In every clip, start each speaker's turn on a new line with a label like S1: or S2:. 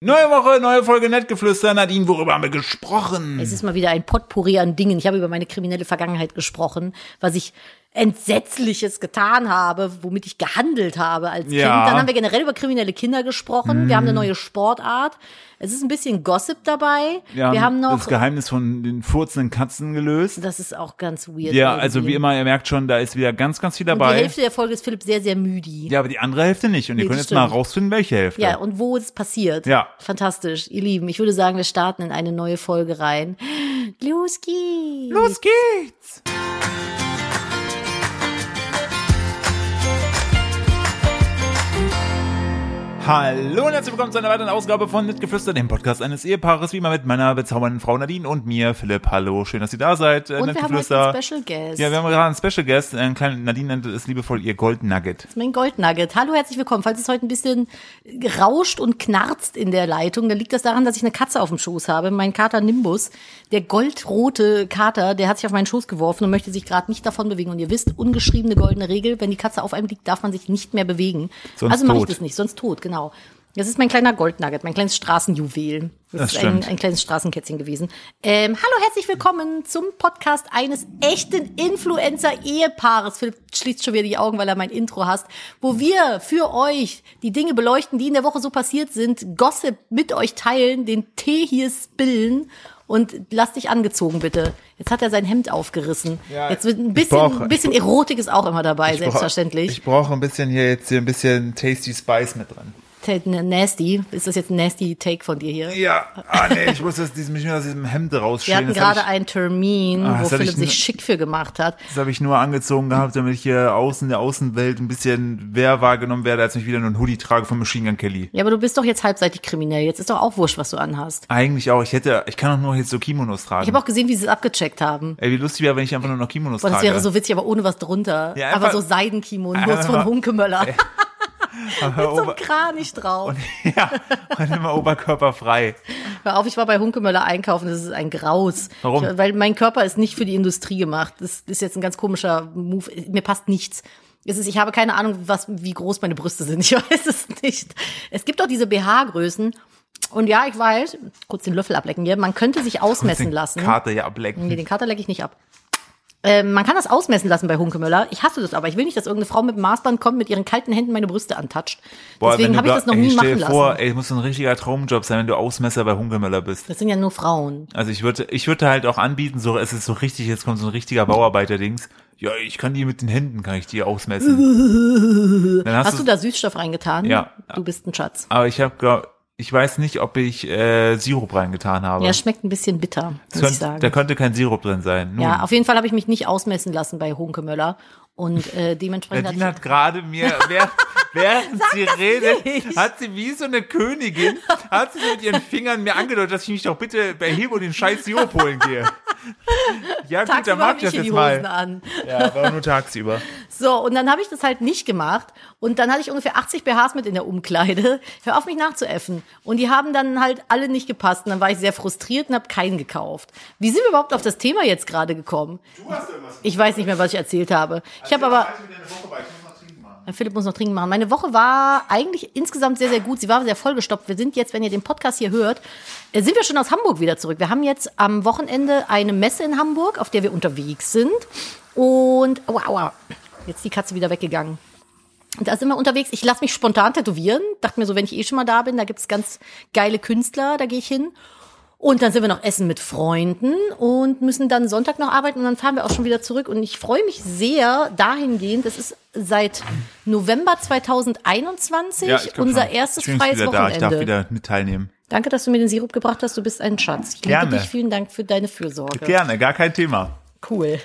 S1: Neue Woche, neue Folge Nettgeflüster. Nadine, worüber haben wir gesprochen?
S2: Es ist mal wieder ein Potpourri an Dingen. Ich habe über meine kriminelle Vergangenheit gesprochen, was ich Entsetzliches getan habe, womit ich gehandelt habe als Kind.
S1: Ja. Mhm.
S2: Dann haben wir generell über kriminelle Kinder gesprochen. Wir haben eine neue Sportart. Es ist ein bisschen Gossip dabei. wir haben noch,
S1: das Geheimnis von den furzenden Katzen gelöst.
S2: das ist auch ganz weird.
S1: Ja, also
S2: irgendwie.
S1: wie immer, ihr merkt schon, da ist wieder ganz, ganz viel
S2: Und die
S1: dabei.
S2: Hälfte der Folge ist Philipp sehr, sehr müde.
S1: Ja, aber die andere Hälfte nicht. Und ihr
S2: Nee,
S1: könnt
S2: das
S1: jetzt mal
S2: stimmt.
S1: rausfinden, welche Hälfte.
S2: Ja, und wo es passiert.
S1: Ja.
S2: Fantastisch, ihr Lieben. Ich würde sagen, wir starten in eine neue Folge rein. Los geht's.
S1: Los geht's! Hallo und herzlich willkommen zu einer weiteren Ausgabe von Nitgeflüster, dem Podcast eines Ehepaares, wie immer mit meiner bezaubernden Frau Nadine und mir, Philipp. Hallo, schön, dass ihr da seid. äh,
S2: Und wir haben heute
S1: Nettgeflüster.
S2: einen Special Guest.
S1: Ja, wir haben gerade einen Special Guest. Einen kleinen, Nadine nennt es liebevoll ihr Gold Nugget.
S2: Das ist mein Goldnugget. Hallo, herzlich willkommen. Falls es heute ein bisschen rauscht und knarzt in der Leitung, dann liegt das daran, dass ich eine Katze auf dem Schoß habe. Mein Kater Nimbus, der goldrote Kater, der hat sich auf meinen Schoß geworfen und möchte sich gerade nicht davon bewegen. Und ihr wisst, ungeschriebene goldene Regel, wenn die Katze auf einem liegt, darf man sich nicht mehr bewegen.
S1: Sonst
S2: also mache ich
S1: tot.
S2: das nicht, sonst tot, genau. Das ist mein kleiner Goldnugget, mein kleines Straßenjuwel.
S1: Das
S2: Das ist ein,
S1: stimmt.
S2: ein kleines Straßenkätzchen gewesen. Ähm, hallo, herzlich willkommen zum Podcast eines echten Influencer-Ehepaares. Philipp schließt schon wieder die Augen, weil er mein Intro hasst. Wo wir für euch die Dinge beleuchten, die in der Woche so passiert sind, Gossip mit euch teilen, den Tee hier spillen und lass dich angezogen, bitte. Jetzt hat er sein Hemd aufgerissen.
S1: Ja,
S2: Jetzt wird ein
S1: ich
S2: bisschen,
S1: brauche-
S2: ein bisschen Erotik ist auch immer dabei, selbstverständlich.
S1: Ich brauche ein bisschen hier jetzt hier ein bisschen Tasty Spice mit drin.
S2: Ted, ne- Nasty. Ist das jetzt ein nasty Take von dir hier?
S1: Ja, ah nee, ich muss das diesem, mich nur aus diesem Hemd
S2: Wir
S1: rausstehen.
S2: hatten
S1: Das habe
S2: gerade
S1: ich,
S2: einen Termin,
S1: Ah,
S2: wo
S1: das hab ich
S2: Philipp sich
S1: n-
S2: schick für gemacht hat.
S1: das hab ich nur angezogen gehabt, damit ich hier außen der Außenwelt ein bisschen wer wahrgenommen werde, als wenn ich wieder nur einen Hoodie trage von Machine Gun Kelly.
S2: Ja, aber du bist doch jetzt halbseitig kriminell. Jetzt ist doch auch wurscht, was du anhast.
S1: Eigentlich auch, ich hätte, ich kann auch nur jetzt so Kimonos tragen.
S2: Ich habe auch gesehen, wie sie es abgecheckt haben.
S1: Ey, wie lustig wäre, wenn ich einfach nur noch Kimonos
S2: Boah, das
S1: trage.
S2: wäre so witzig, aber ohne was drunter.
S1: Ja,
S2: aber
S1: einfach-
S2: so Seidenkimonos
S1: Einfach mal-
S2: von Hunkemöller.
S1: Aber
S2: Zum
S1: Ober-
S2: Kranich drauf.
S1: ja, und immer oberkörperfrei.
S2: Hör auf, ich war bei Hunkemöller einkaufen, das ist ein Graus.
S1: Warum?
S2: Ich, weil mein Körper ist nicht für die Industrie gemacht. Das ist jetzt ein ganz komischer Move. Mir passt nichts. Es ist, ich habe keine Ahnung, was, wie groß meine Brüste sind. Ich weiß es nicht. Es gibt doch diese BH-Größen. Und ja, ich weiß, kurz den Löffel ablecken hier, man könnte sich ausmessen
S1: Den
S2: lassen.
S1: Kater ja ablecken.
S2: Nee, den Kater lecke ich nicht ab. Ähm, man kann das ausmessen lassen bei Hunkemöller. Ich hasse das aber. Ich will nicht, dass irgendeine Frau mit dem Maßband kommt, mit ihren kalten Händen meine Brüste antatscht.
S1: Boah, wenn
S2: Deswegen
S1: du
S2: habe ich
S1: da-
S2: das noch
S1: ey,
S2: nie
S1: stell dir
S2: machen
S1: vor,
S2: lassen.
S1: Ey, es muss so ein richtiger Traumjob sein, wenn du Ausmesser bei Hungermöller bist.
S2: Das sind ja nur Frauen.
S1: Also ich würde, ich würde halt auch anbieten, so es ist so richtig, jetzt kommt so ein richtiger Bauarbeiter-Dings. Ja, ich kann die mit den Händen, kann ich die ausmessen. Dann hast,
S2: Hast du
S1: du,
S2: da Süßstoff reingetan?
S1: Ja.
S2: Du bist ein Schatz.
S1: aber ich habe, ich weiß nicht, ob ich äh, Sirup reingetan habe.
S2: Ja, schmeckt ein bisschen bitter, muss
S1: Es könnte-
S2: ich sagen.
S1: Da könnte kein Sirup drin sein. Nun,
S2: ja, auf jeden Fall habe ich mich nicht ausmessen lassen bei Hunkemöller und äh, dementsprechend
S1: Nadine
S2: hatte
S1: hat gerade mir, während, während sie redet,
S2: nicht.
S1: hat sie wie so eine Königin, hat sie so mit ihren Fingern mir angedeutet, dass ich mich doch bitte bei Hebo den scheiß Sirup holen gehe. Ja,
S2: ich
S1: gut, dann mach
S2: tagsüber
S1: ich
S2: ich
S1: das
S2: hier die
S1: jetzt
S2: Hosen
S1: mal.
S2: an.
S1: Ja, aber nur tagsüber.
S2: So, und dann habe ich das halt nicht gemacht. Und dann hatte ich ungefähr 80 BHs mit in der Umkleide. Hör auf, mich nachzuäffen. Und die haben dann halt alle nicht gepasst. Und dann war ich sehr frustriert und habe keinen gekauft. Wie sind wir überhaupt auf das Thema jetzt gerade gekommen?
S1: Du hast irgendwas.
S2: Ich weiß nicht mehr, was ich erzählt habe. Ich habe aber... Herr Philipp muss noch trinken machen. Meine Woche war eigentlich insgesamt sehr, sehr gut. Sie war sehr vollgestopft. Wir sind jetzt, wenn ihr den Podcast hier hört, äh, sind wir schon aus Hamburg wieder zurück. Wir haben jetzt am Wochenende eine Messe in Hamburg, auf der wir unterwegs sind. Und, aua, aua, jetzt ist die Katze wieder weggegangen. Und Da sind wir unterwegs. Ich lasse mich spontan tätowieren. Dachte mir so, wenn ich eh schon mal da bin, da gibt's ganz geile Künstler, da gehe ich hin. Und dann sind wir noch essen mit Freunden und müssen dann Sonntag noch arbeiten und dann fahren wir auch schon wieder zurück. Und ich freue mich sehr dahingehend, das ist seit November 2021 unser erstes
S1: Schön,
S2: freies
S1: wieder Da. Ich
S2: Wochenende.
S1: darf wieder mit teilnehmen.
S2: Danke, dass du mir den Sirup gebracht hast. Du bist ein Schatz. Ich liebe
S1: Gerne.
S2: dich. Vielen Dank für deine Fürsorge.
S1: Gerne, ne, gar kein Thema.
S2: Cool.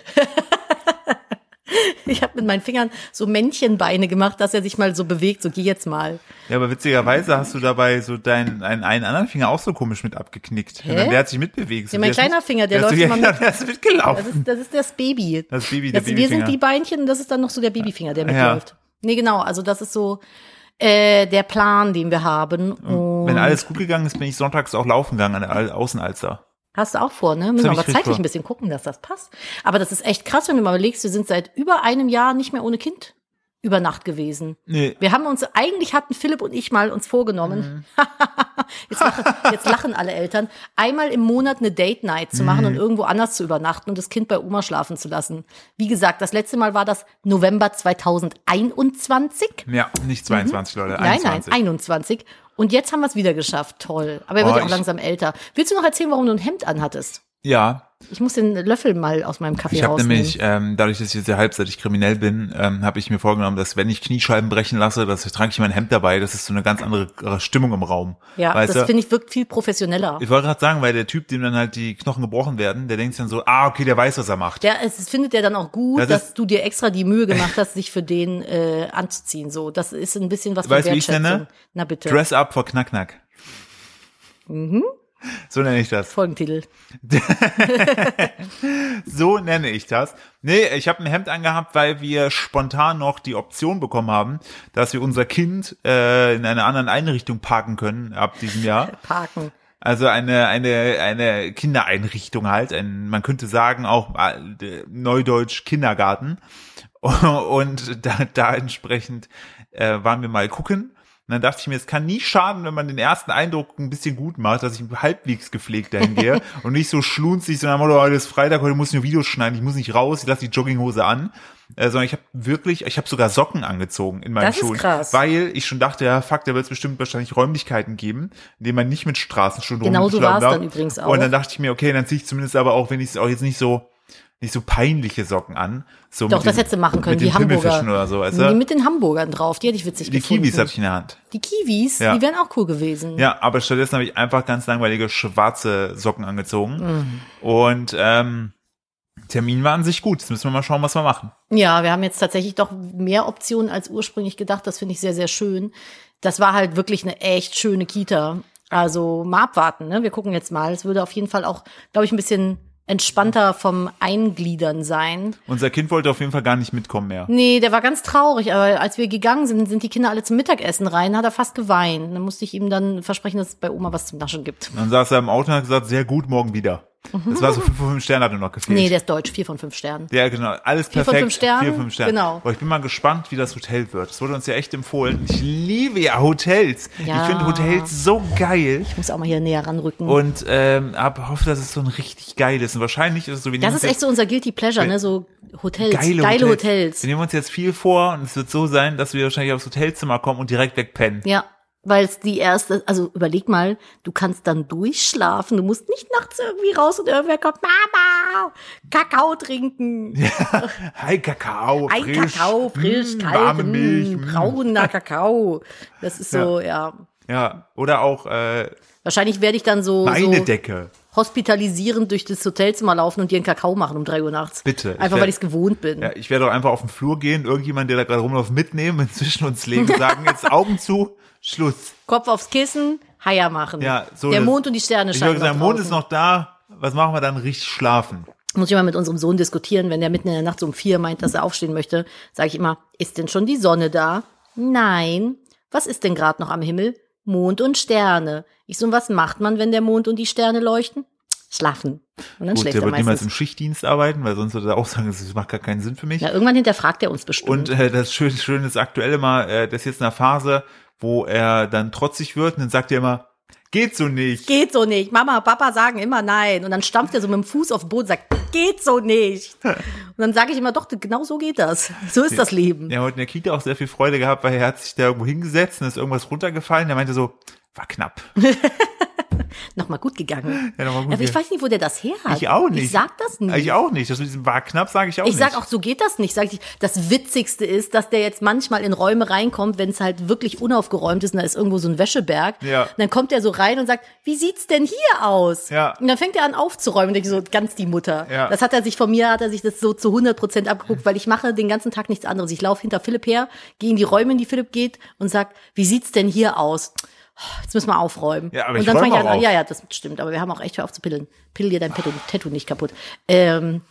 S2: ich habe mit meinen Fingern so Männchenbeine gemacht, dass er sich mal so bewegt. So, geh jetzt mal.
S1: Ja, aber witzigerweise hast du dabei so deinen einen, einen anderen Finger auch so komisch mit abgeknickt.
S2: Hä?
S1: Der hat sich mitbewegt.
S2: Ja, mein
S1: Der ist
S2: kleiner
S1: mit-
S2: Finger, der
S1: ist
S2: läuft
S1: so-
S2: immer
S1: ja,
S2: mit.
S1: Der ist
S2: Das
S1: mitgelaufen.
S2: ist das, ist das Baby.
S1: Das Baby, der
S2: Wir sind
S1: Babyfinger.
S2: die Beinchen und das ist dann noch so der Babyfinger, der
S1: Ja.
S2: mitläuft. Nee, genau. Also das ist so äh, der Plan, den wir haben. Und
S1: Wenn alles gut gegangen ist, bin ich sonntags auch laufen gegangen an der Al- Außenalster.
S2: hast du auch vor, ne?
S1: hab
S2: Müssen wir
S1: ich
S2: aber
S1: richtig
S2: zeitlich
S1: vor.
S2: ein bisschen gucken, dass das passt. Aber das ist echt krass, wenn du mal überlegst, wir sind seit über einem Jahr nicht mehr ohne Kind über Nacht gewesen.
S1: Nee.
S2: Wir haben uns, eigentlich hatten Philipp und ich mal uns vorgenommen,
S1: Mhm.
S2: jetzt, lachen, jetzt lachen alle Eltern, einmal im Monat eine Date Night zu
S1: Mhm.
S2: machen und irgendwo anders zu übernachten und das Kind bei Oma schlafen zu lassen. Wie gesagt, das letzte Mal war das November 2021.
S1: Ja, nicht 22, Leute.
S2: Mhm. Nein,
S1: 21.
S2: nein, 21. Und jetzt haben wir es wieder geschafft. Toll. Aber er wird
S1: Boah,
S2: ja
S1: Oh,
S2: auch
S1: ich-
S2: langsam älter. Willst du noch erzählen, warum du ein Hemd anhattest?
S1: Ja,
S2: Ich muss den Löffel mal aus meinem Kaffee
S1: Ich habe
S2: rausnehmen.
S1: nämlich, ähm, dadurch, dass ich jetzt ja halbseitig kriminell bin, ähm, habe ich mir vorgenommen, dass wenn ich Kniescheiben brechen lasse, dass ich trage ich mein Hemd dabei. Das ist so eine ganz andere äh, Stimmung im Raum.
S2: ja,
S1: weißt
S2: das
S1: du?
S2: finde ich wirkt viel professioneller.
S1: Ich wollte gerade sagen, weil der Typ, dem dann halt die Knochen gebrochen werden, der denkt sich dann so, ah, okay, der weiß, was er macht.
S2: Der, es findet er dann auch gut,
S1: Das
S2: dass
S1: ist-
S2: du dir extra die Mühe gemacht hast, sich für den äh, anzuziehen. So, das ist ein bisschen was
S1: Weißt du,
S2: von
S1: wie ich's
S2: Wertschätzung.
S1: nenne?
S2: Na bitte.
S1: Dress up for Knacknack. Mhm. So nenne ich das.
S2: Folgentitel.
S1: So nenne ich das. Nee, ich habe ein Hemd angehabt, weil wir spontan noch die Option bekommen haben, dass wir unser Kind äh, in einer anderen Einrichtung parken können ab diesem Jahr.
S2: Parken.
S1: Also eine, eine, eine Kindereinrichtung halt. Ein, man könnte sagen auch äh, Neudeutsch Kindergarten. Und da, da entsprechend äh, waren wir mal gucken. Und dann dachte ich mir, es kann nie schaden, wenn man den ersten Eindruck ein bisschen gut macht, dass ich halbwegs gepflegt dahin gehe und nicht so schlunzig, so nach dem Motto, heute ist Freitag, heute muss ich nur Videos schneiden, ich muss nicht raus, ich lasse die Jogginghose an. Äh, sondern ich habe wirklich, ich habe sogar Socken angezogen in meinen
S2: Das ist
S1: Schuhen.
S2: krass.
S1: Weil ich schon dachte, ja, fuck, da wird es bestimmt wahrscheinlich Räumlichkeiten geben, in denen man nicht mit Straßenstunden
S2: Genau so
S1: rumgeschlagen
S2: war's
S1: darf.
S2: dann übrigens auch.
S1: Und dann dachte ich mir, okay, dann ziehe ich zumindest aber auch wenigstens auch jetzt nicht so nicht so peinliche Socken an. So
S2: Doch,
S1: mit
S2: das
S1: dem-
S2: hättest du machen können.
S1: Mit den
S2: Die Hamburger.
S1: Pimmelfischen oder so, weißt
S2: Die
S1: du?
S2: mit den Hamburgern drauf, die hätte ich witzig
S1: Die
S2: gefunden.
S1: Kiwis hatte ich in der Hand.
S2: Die Kiwis,
S1: Ja.
S2: die wären auch cool gewesen.
S1: Ja, aber stattdessen habe ich einfach ganz langweilige schwarze Socken angezogen.
S2: Mhm.
S1: Und ähm, Termin war an sich gut. Jetzt müssen wir mal schauen, was wir machen.
S2: Ja, wir haben jetzt tatsächlich doch mehr Optionen als ursprünglich gedacht. Das finde ich sehr, sehr schön. Das war halt wirklich eine echt schöne Kita. Also mal abwarten, ne? Wir gucken jetzt mal. Es würde auf jeden Fall auch, glaube ich, ein bisschen entspannter vom Eingliedern sein.
S1: Unser Kind wollte auf jeden Fall gar nicht mitkommen mehr.
S2: Nee, der war ganz traurig, aber als wir gegangen sind, sind die Kinder alle zum Mittagessen rein, hat er fast geweint. Dann musste ich ihm dann versprechen, dass es bei Oma was zum Naschen gibt.
S1: Dann saß er im Auto und hat gesagt, sehr gut, morgen wieder.
S2: Mhm.
S1: Das war so 5 von 5 Sternen hat er noch gefehlt.
S2: Nee, der ist deutsch, vier von fünf Sternen.
S1: Ja, genau. Alles
S2: Vier von
S1: perfekt.
S2: fünf Sternen?
S1: Vier, fünf Sterne.
S2: Genau.
S1: Aber ich bin mal gespannt, wie das Hotel wird. Es wurde uns ja echt empfohlen. Ich liebe ja Hotels.
S2: Ja.
S1: Ich finde Hotels so geil.
S2: Ich muss auch mal hier näher ranrücken.
S1: Und ähm, hab, hoffe, dass es so ein richtig geiles ist. Und wahrscheinlich ist es so, wir nehmen
S2: das
S1: uns
S2: ist echt
S1: jetzt
S2: so unser Guilty Pleasure, ne? So Hotels,
S1: geile,
S2: geile, Hotels.
S1: Wir nehmen uns jetzt viel vor und es wird so sein, dass wir wahrscheinlich aufs Hotelzimmer kommen und direkt wegpennen.
S2: Ja, weil es die erste, also überleg mal, du kannst dann durchschlafen, du musst nicht nachts irgendwie raus und irgendwer kommt, Mama, Kakao trinken,
S1: Hi, Kakao.
S2: ein
S1: frisch,
S2: Kakao, frisch,
S1: mm,
S2: kalt,
S1: warme
S2: mm,
S1: Milch. mm.
S2: brauner Kakao. Das ist so, ja.
S1: Ja, oder auch äh,
S2: Wahrscheinlich werde ich dann so,
S1: meine
S2: so
S1: Decke.
S2: hospitalisierend durch das Hotelzimmer laufen und dir einen Kakao machen um drei Uhr nachts.
S1: Bitte. Ich
S2: Einfach,
S1: werd-
S2: weil ich es gewohnt bin.
S1: Ja, ich werde doch einfach auf den Flur gehen, irgendjemand, der da gerade rumläuft, mitnehmen, inzwischen uns legen, sagen jetzt Augen zu, Schluss.
S2: Kopf aufs Kissen, Haier machen.
S1: Ja, so
S2: Der
S1: das-
S2: Mond und die Sterne
S1: Ich
S2: scheinen
S1: würde sagen,
S2: noch
S1: Mond
S2: draußen.
S1: ist noch da, was machen wir dann? Richtig schlafen.
S2: muss ich mal mit unserem Sohn diskutieren, wenn der mitten in der Nacht so um vier meint, dass er aufstehen möchte, sage ich immer, ist denn schon die Sonne da? Nein. Was ist denn gerade noch am Himmel? Mond und Sterne. Ich so, und was macht man, wenn der Mond und die Sterne leuchten? Schlafen. Und dann
S1: Gut,
S2: schläft
S1: der
S2: er
S1: wird niemals im
S2: meistens.
S1: Schichtdienst arbeiten, weil sonst würde er auch sagen, das macht gar keinen Sinn für mich.
S2: Ja, irgendwann hinterfragt er uns bestimmt.
S1: Und äh, das schöne, schöne ist aktuell immer, äh, das ist jetzt in einer Phase, wo er dann trotzig wird und dann sagt er immer, geht so nicht.
S2: geht so nicht. Mama, Papa sagen immer nein. Und dann stampft er so mit dem Fuß auf den Boden und sagt, geht so nicht. Und dann sage ich immer, doch, genau so geht das. So ist das Leben.
S1: Er hat heute in der Kita auch sehr viel Freude gehabt, weil er hat sich da irgendwo hingesetzt und ist irgendwas runtergefallen. Er meinte so, war knapp.
S2: Nochmal gut gegangen.
S1: Ja, nochmal gut
S2: Aber ich
S1: gegangen.
S2: weiß nicht, wo der das her hat.
S1: Ich auch nicht.
S2: Ich sag das nicht.
S1: Ich auch nicht. Das mit diesem war knapp sage ich auch
S2: Ich
S1: nicht.
S2: sag auch, so geht das nicht. Sag ich, das Witzigste ist, dass der jetzt manchmal in Räume reinkommt, wenn es halt wirklich unaufgeräumt ist und da ist irgendwo so ein Wäscheberg.
S1: Ja.
S2: Und dann kommt er so rein und sagt, wie sieht's denn hier aus?
S1: Ja.
S2: Und dann fängt er an aufzuräumen und ich so, ganz die Mutter.
S1: Ja.
S2: Das hat er sich von mir, hat er sich das so zu 100 Prozent abgeguckt, weil ich mache den ganzen Tag nichts anderes. Ich laufe hinter Philipp her, gehe in die Räume, in die Philipp geht und sag, wie sieht's denn hier aus? Oh, Jetzt müssen wir aufräumen.
S1: Ja, aber
S2: und
S1: ich
S2: dann
S1: räum
S2: fange ich
S1: auch
S2: an,
S1: auf.
S2: ja, ja, das stimmt, aber wir haben auch echt, hör auf zu pillen. Pill dir dein Tattoo, Tattoo nicht kaputt. Ähm,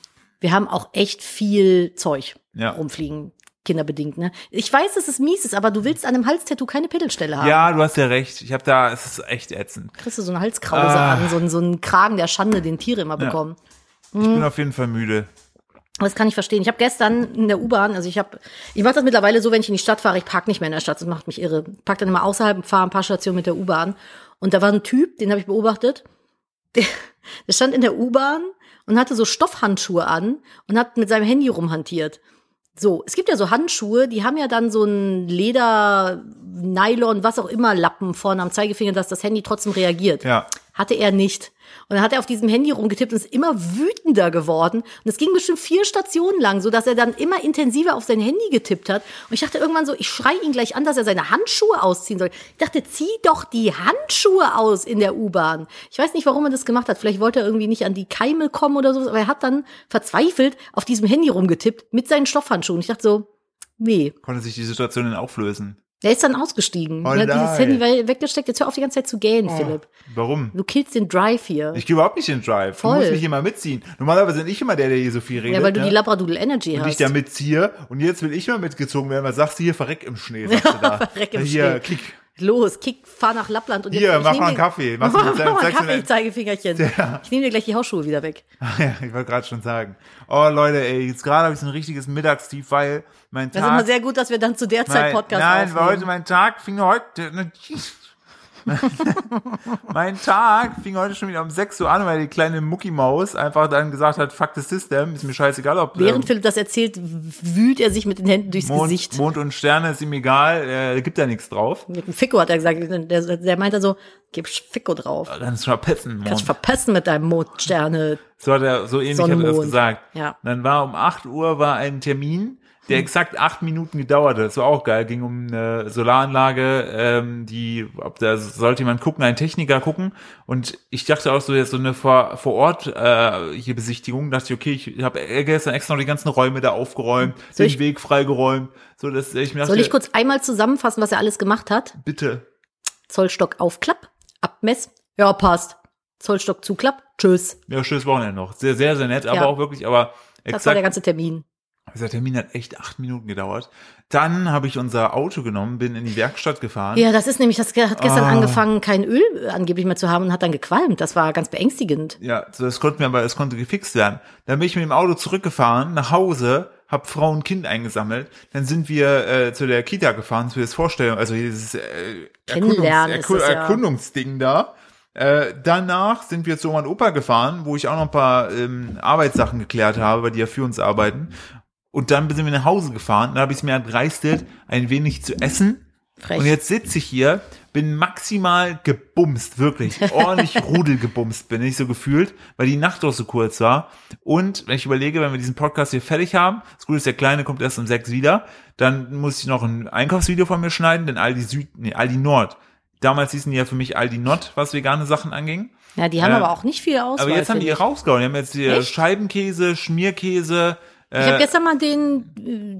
S2: wir haben auch echt viel Zeug
S1: Ja.
S2: rumfliegen, kinderbedingt. Ne? Ich weiß, dass es mies ist, aber du willst an einem Halstattoo keine Pittelstelle haben.
S1: ja, du hast ja recht. Ich habe da, es ist echt ätzend.
S2: Kriegst du so eine Halskrause
S1: Ah.
S2: an, so einen, so einen Kragen der Schande, den Tiere immer bekommen.
S1: Ich bin auf jeden Fall müde.
S2: Das kann ich verstehen. Ich habe gestern in der U-Bahn, also ich habe, ich mache das mittlerweile so, wenn ich in die Stadt fahre, ich park nicht mehr in der Stadt, das macht mich irre. Ich park dann immer außerhalb und fahre ein paar Stationen mit der U-Bahn. Und da war ein Typ, den habe ich beobachtet, der, der stand in der U-Bahn und hatte so Stoffhandschuhe an und hat mit seinem Handy rumhantiert. So, es gibt ja so Handschuhe, die haben ja dann so einen Leder, Nylon, was auch immer, Lappen vorne am Zeigefinger, dass das Handy trotzdem reagiert.
S1: Ja.
S2: Hatte er nicht. Und dann hat er auf diesem Handy rumgetippt und ist immer wütender geworden. Und es ging bestimmt vier Stationen lang, so dass er dann immer intensiver auf sein Handy getippt hat. Und ich dachte irgendwann so, ich schrei ihn gleich an, dass er seine Handschuhe ausziehen soll. Ich dachte, zieh doch die Handschuhe aus in der U-Bahn. Ich weiß nicht, warum er das gemacht hat. Vielleicht wollte er irgendwie nicht an die Keime kommen oder so. Aber er hat dann verzweifelt auf diesem Handy rumgetippt mit seinen Stoffhandschuhen. Ich dachte so, nee.
S1: Konnte sich die Situation dann auflösen?
S2: Er ist dann ausgestiegen.
S1: Oh
S2: er hat dieses
S1: nein. Oh.
S2: Handy we- weggesteckt. Jetzt hör auf, die ganze Zeit zu gähnen, Philipp.
S1: Warum?
S2: Du killst den Drive hier.
S1: Ich gehe überhaupt nicht in den Drive.
S2: Voll.
S1: Du musst mich immer mitziehen. Normalerweise bin ich immer der, der hier so viel redet.
S2: ja, weil du
S1: ne?
S2: die Labradoodle Energy
S1: und ich
S2: hast.
S1: da mitziehe. Und jetzt will ich mal mitgezogen werden. Was sagst du hier? Verreck im Schnee, sagst du da.
S2: Verreck im
S1: hier,
S2: Schnee.
S1: Kick.
S2: Los, kick, fahr nach Lappland. Und
S1: Hier,
S2: ich
S1: mach
S2: nehm
S1: mal einen
S2: dir-
S1: Kaffee. Mach
S2: Mach
S1: mal-
S2: mal mach mal einen
S1: zeigst du mir-
S2: Kaffee, ich Zeigefingerchen. Ich nehme dir gleich die Hausschuhe wieder weg.
S1: Ja, ich wollte gerade schon sagen. Oh, Leute, ey, jetzt gerade habe ich so ein richtiges Mittagstief, weil mein
S2: Das ist
S1: Tag...
S2: immer sehr gut, dass wir dann zu der
S1: mein,
S2: Zeit Podcast
S1: Ah. nein,
S2: aufnehmen.
S1: heute, mein Tag fing heute... ne, mein Tag fing heute schon wieder um 6 Uhr an, weil die kleine Mucki-Maus einfach dann gesagt hat, fuck the system, ist mir scheißegal, ob... ähm,
S2: Während Philipp das erzählt, wühlt er sich mit den Händen durchs
S1: Mond,
S2: Gesicht.
S1: Mond und Sterne ist ihm egal, äh, gibt da nichts drauf.
S2: Mit dem Ficko hat er gesagt. Der, der meint dann so, gib Ficko drauf.
S1: Dann ist schon verpetzen,
S2: Kannst
S1: Mond.
S2: verpesten mit deinem Mondsterne.
S1: So hat er, so ähnlich hat er das
S2: Sonnenmond.
S1: gesagt.
S2: Ja. Hm.
S1: Und Dann war um 8 Uhr war ein Termin, der exakt acht Minuten gedauert hat. Das war auch geil. Ging um eine Solaranlage, ähm, die, ob da sollte jemand gucken, ein Techniker gucken. Und ich dachte auch so, jetzt so eine vor, vor Ort äh, hier Besichtigung. Dachte ich, okay, ich habe gestern extra noch die ganzen Räume da aufgeräumt,
S2: Hm.
S1: den
S2: Soll ich-
S1: Weg freigeräumt, so dass ich mir dachte,
S2: Soll ich kurz einmal zusammenfassen, was er alles gemacht hat?
S1: bitte.
S2: Zollstock aufklapp, abmess, ja, passt. Zollstock zuklapp, tschüss.
S1: Ja, schönes Wochenende noch. Sehr, sehr, sehr nett, aber
S2: Ja.
S1: auch wirklich, aber
S2: Das war der
S1: exakt
S2: ganze Termin.
S1: Dieser Termin hat echt acht Minuten gedauert. Dann habe ich unser Auto genommen, bin in die Werkstatt gefahren.
S2: Ja, das ist nämlich, das hat gestern
S1: Ah.
S2: angefangen, kein Öl angeblich mehr zu haben und hat dann gequalmt. Das war ganz beängstigend.
S1: Ja, so das konnte mir aber, das konnte gefixt werden. Dann bin ich mit dem Auto zurückgefahren, nach Hause, hab Frau und Kind eingesammelt. Dann sind wir äh, zu der Kita gefahren, zu das Vorstellung, also dieses äh,
S2: Kennenlernen ist es ja.
S1: Erkundungsding da. Äh, danach sind wir zu Oma und Opa gefahren, wo ich auch noch ein paar ähm, Arbeitssachen geklärt habe, weil die ja für uns arbeiten. Und dann sind wir nach Hause gefahren. Dann habe ich es mir erdreistet, ein wenig zu essen.
S2: Frech.
S1: Und jetzt sitze ich hier, bin maximal gebumst, wirklich. Ordentlich rudelgebumst bin ich so gefühlt, weil die Nacht doch so kurz war. Und wenn ich überlege, wenn wir diesen Podcast hier fertig haben, das Gute ist, der Kleine kommt erst um sechs wieder, dann muss ich noch ein Einkaufsvideo von mir schneiden, denn Aldi Süd, nee, Aldi Nord. Damals hießen die ja für mich Aldi Not, was vegane Sachen anging.
S2: Ja, die haben
S1: Äh,
S2: aber auch nicht viel Auswahl.
S1: Aber jetzt haben die
S2: finde ich.
S1: rausgehauen. Die haben jetzt hier
S2: Echt?
S1: Scheibenkäse, Schmierkäse, äh,
S2: Ich habe gestern mal den,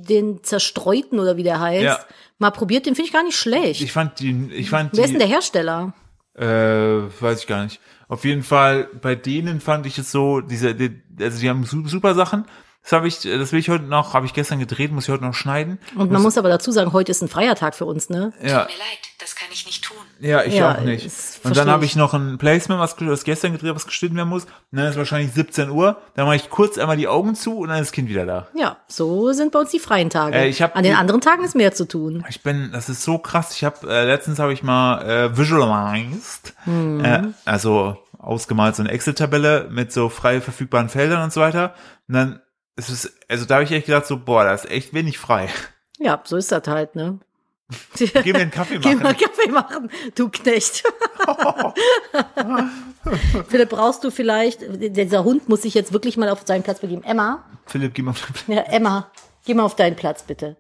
S2: äh, den zerstreuten oder wie der heißt,
S1: Ja.
S2: mal probiert. Den finde ich gar nicht schlecht.
S1: ich fand die, ich fand
S2: Wer
S1: die,
S2: ist denn der Hersteller?
S1: Äh, weiß ich gar nicht. Auf jeden Fall, bei denen fand ich es so, diese, die, also die haben su- super Sachen. Das habe ich, das will ich heute noch, habe ich gestern gedreht, muss ich heute noch schneiden.
S2: Und man muss aber dazu sagen, heute ist ein freier Tag für uns, ne?
S1: Ja,
S3: Tut mir leid, das kann ich nicht tun.
S1: ja, ich
S2: Ja,
S1: auch nicht.
S2: das
S1: Und
S2: verstehe
S1: dann habe
S2: ich.
S1: ich noch ein Placement, was, was gestern gedreht, was geschnitten werden muss. Und dann ist wahrscheinlich 17 Uhr. Dann mache ich kurz einmal die Augen zu und dann ist das Kind wieder da.
S2: Ja, so sind bei uns die freien Tage.
S1: Äh, ich hab
S2: An den
S1: die-
S2: anderen Tagen ist mehr zu tun.
S1: Ich bin, das ist so krass. Ich habe äh, letztens habe ich mal äh, visualized,
S2: Hm.
S1: äh, also ausgemalt so eine Excel-Tabelle mit so frei verfügbaren Feldern und so weiter. Und dann ist es, also da habe ich echt gedacht so, boah, da ist echt wenig frei.
S2: Ja, so ist das halt, ne?
S1: Geh mir einen Kaffee
S2: Geh mal
S1: machen.
S2: Kaffee machen, du Knecht. Philipp, brauchst du vielleicht, dieser Hund muss sich jetzt wirklich mal auf seinen Platz begeben. Emma,
S1: Philipp, geh mal. auf den Platz.
S2: ja, Emma, geh mal auf deinen Platz, bitte.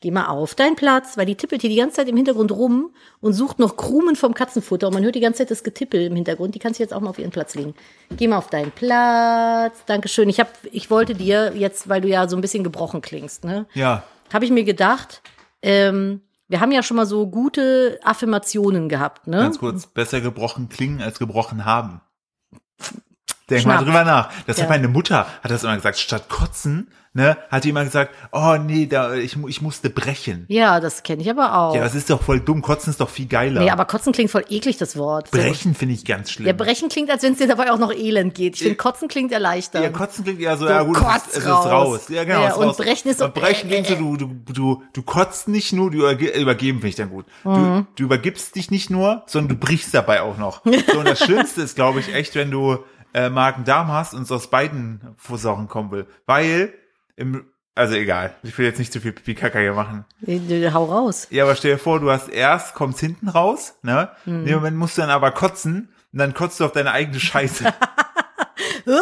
S2: Geh mal auf deinen Platz, weil die tippelt hier die ganze Zeit im Hintergrund rum und sucht noch Krumen vom Katzenfutter. Und man hört die ganze Zeit das Getippel im Hintergrund. Die kann sich jetzt auch mal auf ihren Platz legen. Geh mal auf deinen Platz. Dankeschön. Ich, hab, ich wollte dir jetzt, weil du ja so ein bisschen gebrochen klingst, ne?
S1: Ja,
S2: habe ich mir gedacht, ähm, wir haben ja schon mal so gute Affirmationen gehabt, ne?
S1: ganz kurz. Besser gebrochen klingen als gebrochen haben. Denk
S2: Schnapp.
S1: mal drüber nach. Das
S2: Ja.
S1: hat meine Mutter, hat das immer gesagt, statt kotzen, ne, hat die immer gesagt, oh nee, da, ich, mu- ich musste brechen.
S2: Ja, das kenne ich aber auch.
S1: Ja, das ist doch voll dumm. Kotzen ist doch viel geiler.
S2: nee, aber kotzen klingt voll eklig, das Wort. So.
S1: brechen finde ich ganz schlimm.
S2: Ja, brechen klingt, als wenn es dir dabei auch noch elend geht. Ich finde, kotzen klingt erleichternd.
S1: Ja, kotzen klingt eher so,
S2: So,
S1: ja gut,
S2: kotz
S1: es ist, es ist
S2: raus.
S1: raus. Ja, genau,
S2: Ja,
S1: es ist
S2: und
S1: raus.
S2: brechen ist so,
S1: und brechen
S2: äh,
S1: klingt so, du, du, du, du kotzt nicht nur, du überge- äh, übergeben finde ich dann gut.
S2: Mhm.
S1: Du, du übergibst dich nicht nur, sondern du brichst dabei auch noch. So, und das Schlimmste ist, glaube ich, echt, wenn du äh, Magen-Darm hast und es aus beiden Versorgen kommen will. Weil, im, also egal, ich will jetzt nicht zu viel Pipi-Kacker hier machen.
S2: Nee, nee, Hau raus.
S1: Ja, aber stell dir vor, du hast erst, kommst hinten raus, ne? In
S2: Mhm.
S1: dem Moment musst du dann aber kotzen und dann kotzt du auf deine eigene Scheiße.
S2: Du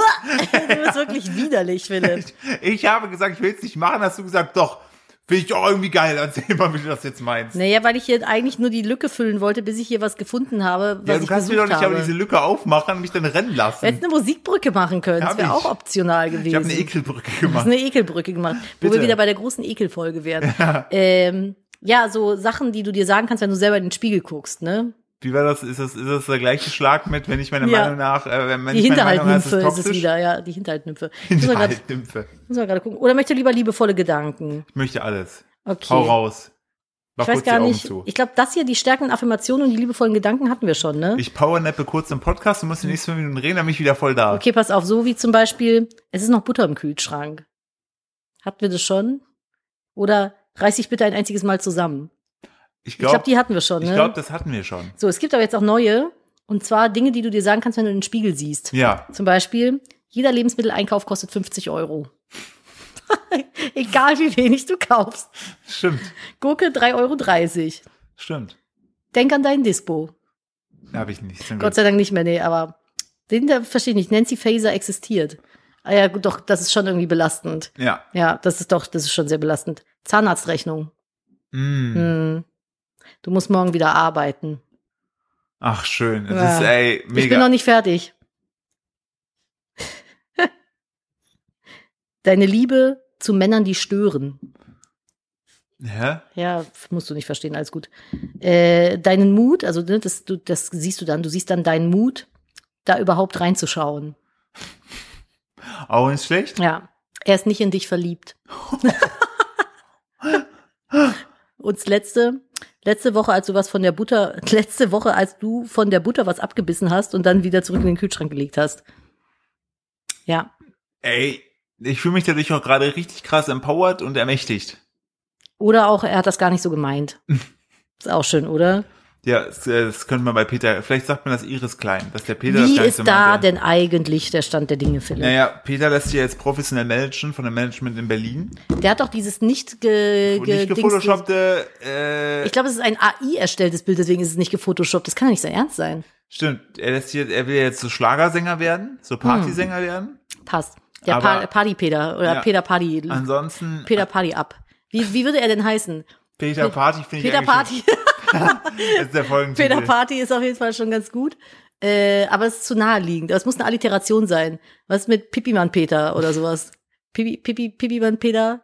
S2: bist wirklich widerlich, Philipp.
S1: Ich habe gesagt, ich will es nicht machen, hast du gesagt, doch. Finde ich auch irgendwie geil. Erzähl mal, wie du das jetzt meinst.
S2: Naja, weil ich hier eigentlich nur die Lücke füllen wollte, bis ich hier was gefunden habe, was
S1: ja, du
S2: ich
S1: kannst mir
S2: gesucht
S1: doch nicht aber
S2: habe.
S1: diese Lücke aufmachen und mich dann rennen
S2: Wir
S1: lassen.
S2: hätten eine Musikbrücke machen können.
S1: Hab
S2: Das wäre
S1: ich.
S2: auch optional
S1: Ich habe
S2: gewesen.
S1: eine Ekelbrücke
S2: Das
S1: gemacht.
S2: ist eine Ekelbrücke gemacht, wo wir
S1: Bitte.
S2: wieder bei der großen Ekelfolge werden. Ähm, ja, so Sachen, die du dir sagen kannst, wenn du selber in den Spiegel guckst, ne?
S1: Wie war das? Ist das, ist das der gleiche Schlag mit, wenn ich meiner
S2: Ja.
S1: Meinung nach, äh, wenn
S2: Die
S1: ich meiner Meinung nach,
S2: Hinterhaltnymphe ist es
S1: toxisch?
S2: wieder, ja, die Hinterhaltnymphe. Muss man grad-
S1: Hinterhaltnymphe.
S2: muss man gerade gucken. Oder möchte lieber liebevolle Gedanken?
S1: Ich möchte alles.
S2: Okay.
S1: Hau raus. Mach
S2: Ich weiß
S1: kurz die
S2: gar
S1: Augen
S2: nicht.
S1: zu.
S2: Ich glaube, das hier, die stärkenden Affirmationen und die liebevollen Gedanken hatten wir schon, ne?
S1: Ich powernappe kurz im Podcast und muss die nächsten fünf Minuten reden, dann bin ich wieder voll da.
S2: Hm. Okay, pass auf, so wie zum Beispiel, es ist noch Butter im Kühlschrank. Hatten wir das schon? Oder reiß dich bitte ein einziges Mal zusammen.
S1: Ich
S2: ich glaube,
S1: glaube,
S2: die hatten wir schon,
S1: ich
S2: ne?
S1: glaub, das hatten wir schon.
S2: so, es gibt aber jetzt auch neue. Und zwar Dinge, die du dir sagen kannst, wenn du in den Spiegel siehst.
S1: Ja.
S2: Zum Beispiel, jeder Lebensmitteleinkauf kostet 50 Euro. Egal wie wenig du kaufst.
S1: Stimmt.
S2: Gurke 3,30 Euro.
S1: Stimmt.
S2: Denk an deinen Dispo.
S1: Habe ich nicht. Zum
S2: Gott
S1: Glück.
S2: sei Dank nicht mehr, nee, aber den da verstehe ich nicht. Nancy Faser existiert. Ah ja, gut, doch, das ist schon irgendwie belastend.
S1: Ja.
S2: Ja, das ist doch, das ist schon sehr belastend. Zahnarztrechnung.
S1: Mm.
S2: Hm. Du musst morgen wieder arbeiten.
S1: Ach schön, es
S2: Ja.
S1: ist ey
S2: Ich bin
S1: mega.
S2: noch nicht fertig. Deine Liebe zu Männern, die stören.
S1: Hä?
S2: Ja, musst du nicht verstehen, alles gut. Äh, deinen Mut, also ne, das, du, das siehst du dann, du siehst dann deinen Mut, da überhaupt reinzuschauen.
S1: Auch nicht schlecht.
S2: Ja, er ist nicht in dich verliebt. Und das letzte, letzte Woche, als du was von der Butter, letzte Woche, als du von der Butter was abgebissen hast und dann wieder zurück in den Kühlschrank gelegt hast. Ja,
S1: Ey, ich fühle mich dadurch auch gerade richtig krass empowered und ermächtigt.
S2: oder auch er hat das gar nicht so gemeint. Ist auch schön, oder?
S1: Ja, das, äh, das könnte man bei Peter, vielleicht sagt man das Iris Klein, dass der Peter das
S2: Wie
S1: Ganze
S2: ist da
S1: meinte.
S2: denn eigentlich der Stand der Dinge, Philipp?
S1: Naja, Peter lässt sich ja jetzt professionell managen von dem Management in Berlin.
S2: Der hat doch dieses nicht ge,
S1: Und
S2: ge
S1: nicht gefotoshoppte, äh,
S2: Ich glaube, es ist ein AI erstelltes Bild, deswegen ist es nicht gefotoshoppt. Das kann ja nicht sein Ernst sein.
S1: stimmt, er lässt sich jetzt, er will ja jetzt so Schlagersänger werden,
S2: Hm.
S1: so Partysänger werden.
S2: Passt. Der
S1: Aber-
S2: pa Party-Peter oder
S1: Ja. Also,
S2: Peter Party.
S1: Ansonsten,
S2: Peter Party ab. Wie, wie würde er denn heißen?
S1: Peter Party finde ich
S2: Peter
S1: eigentlich
S2: Party.
S1: schon- ist der Folgentitel.
S2: Peter Party ist auf jeden Fall schon ganz gut. Äh, aber es ist zu naheliegend. Aber es muss eine Alliteration sein. Was ist mit Pipimann Peter oder sowas? Pipi, Pipi, Pipimann Peter.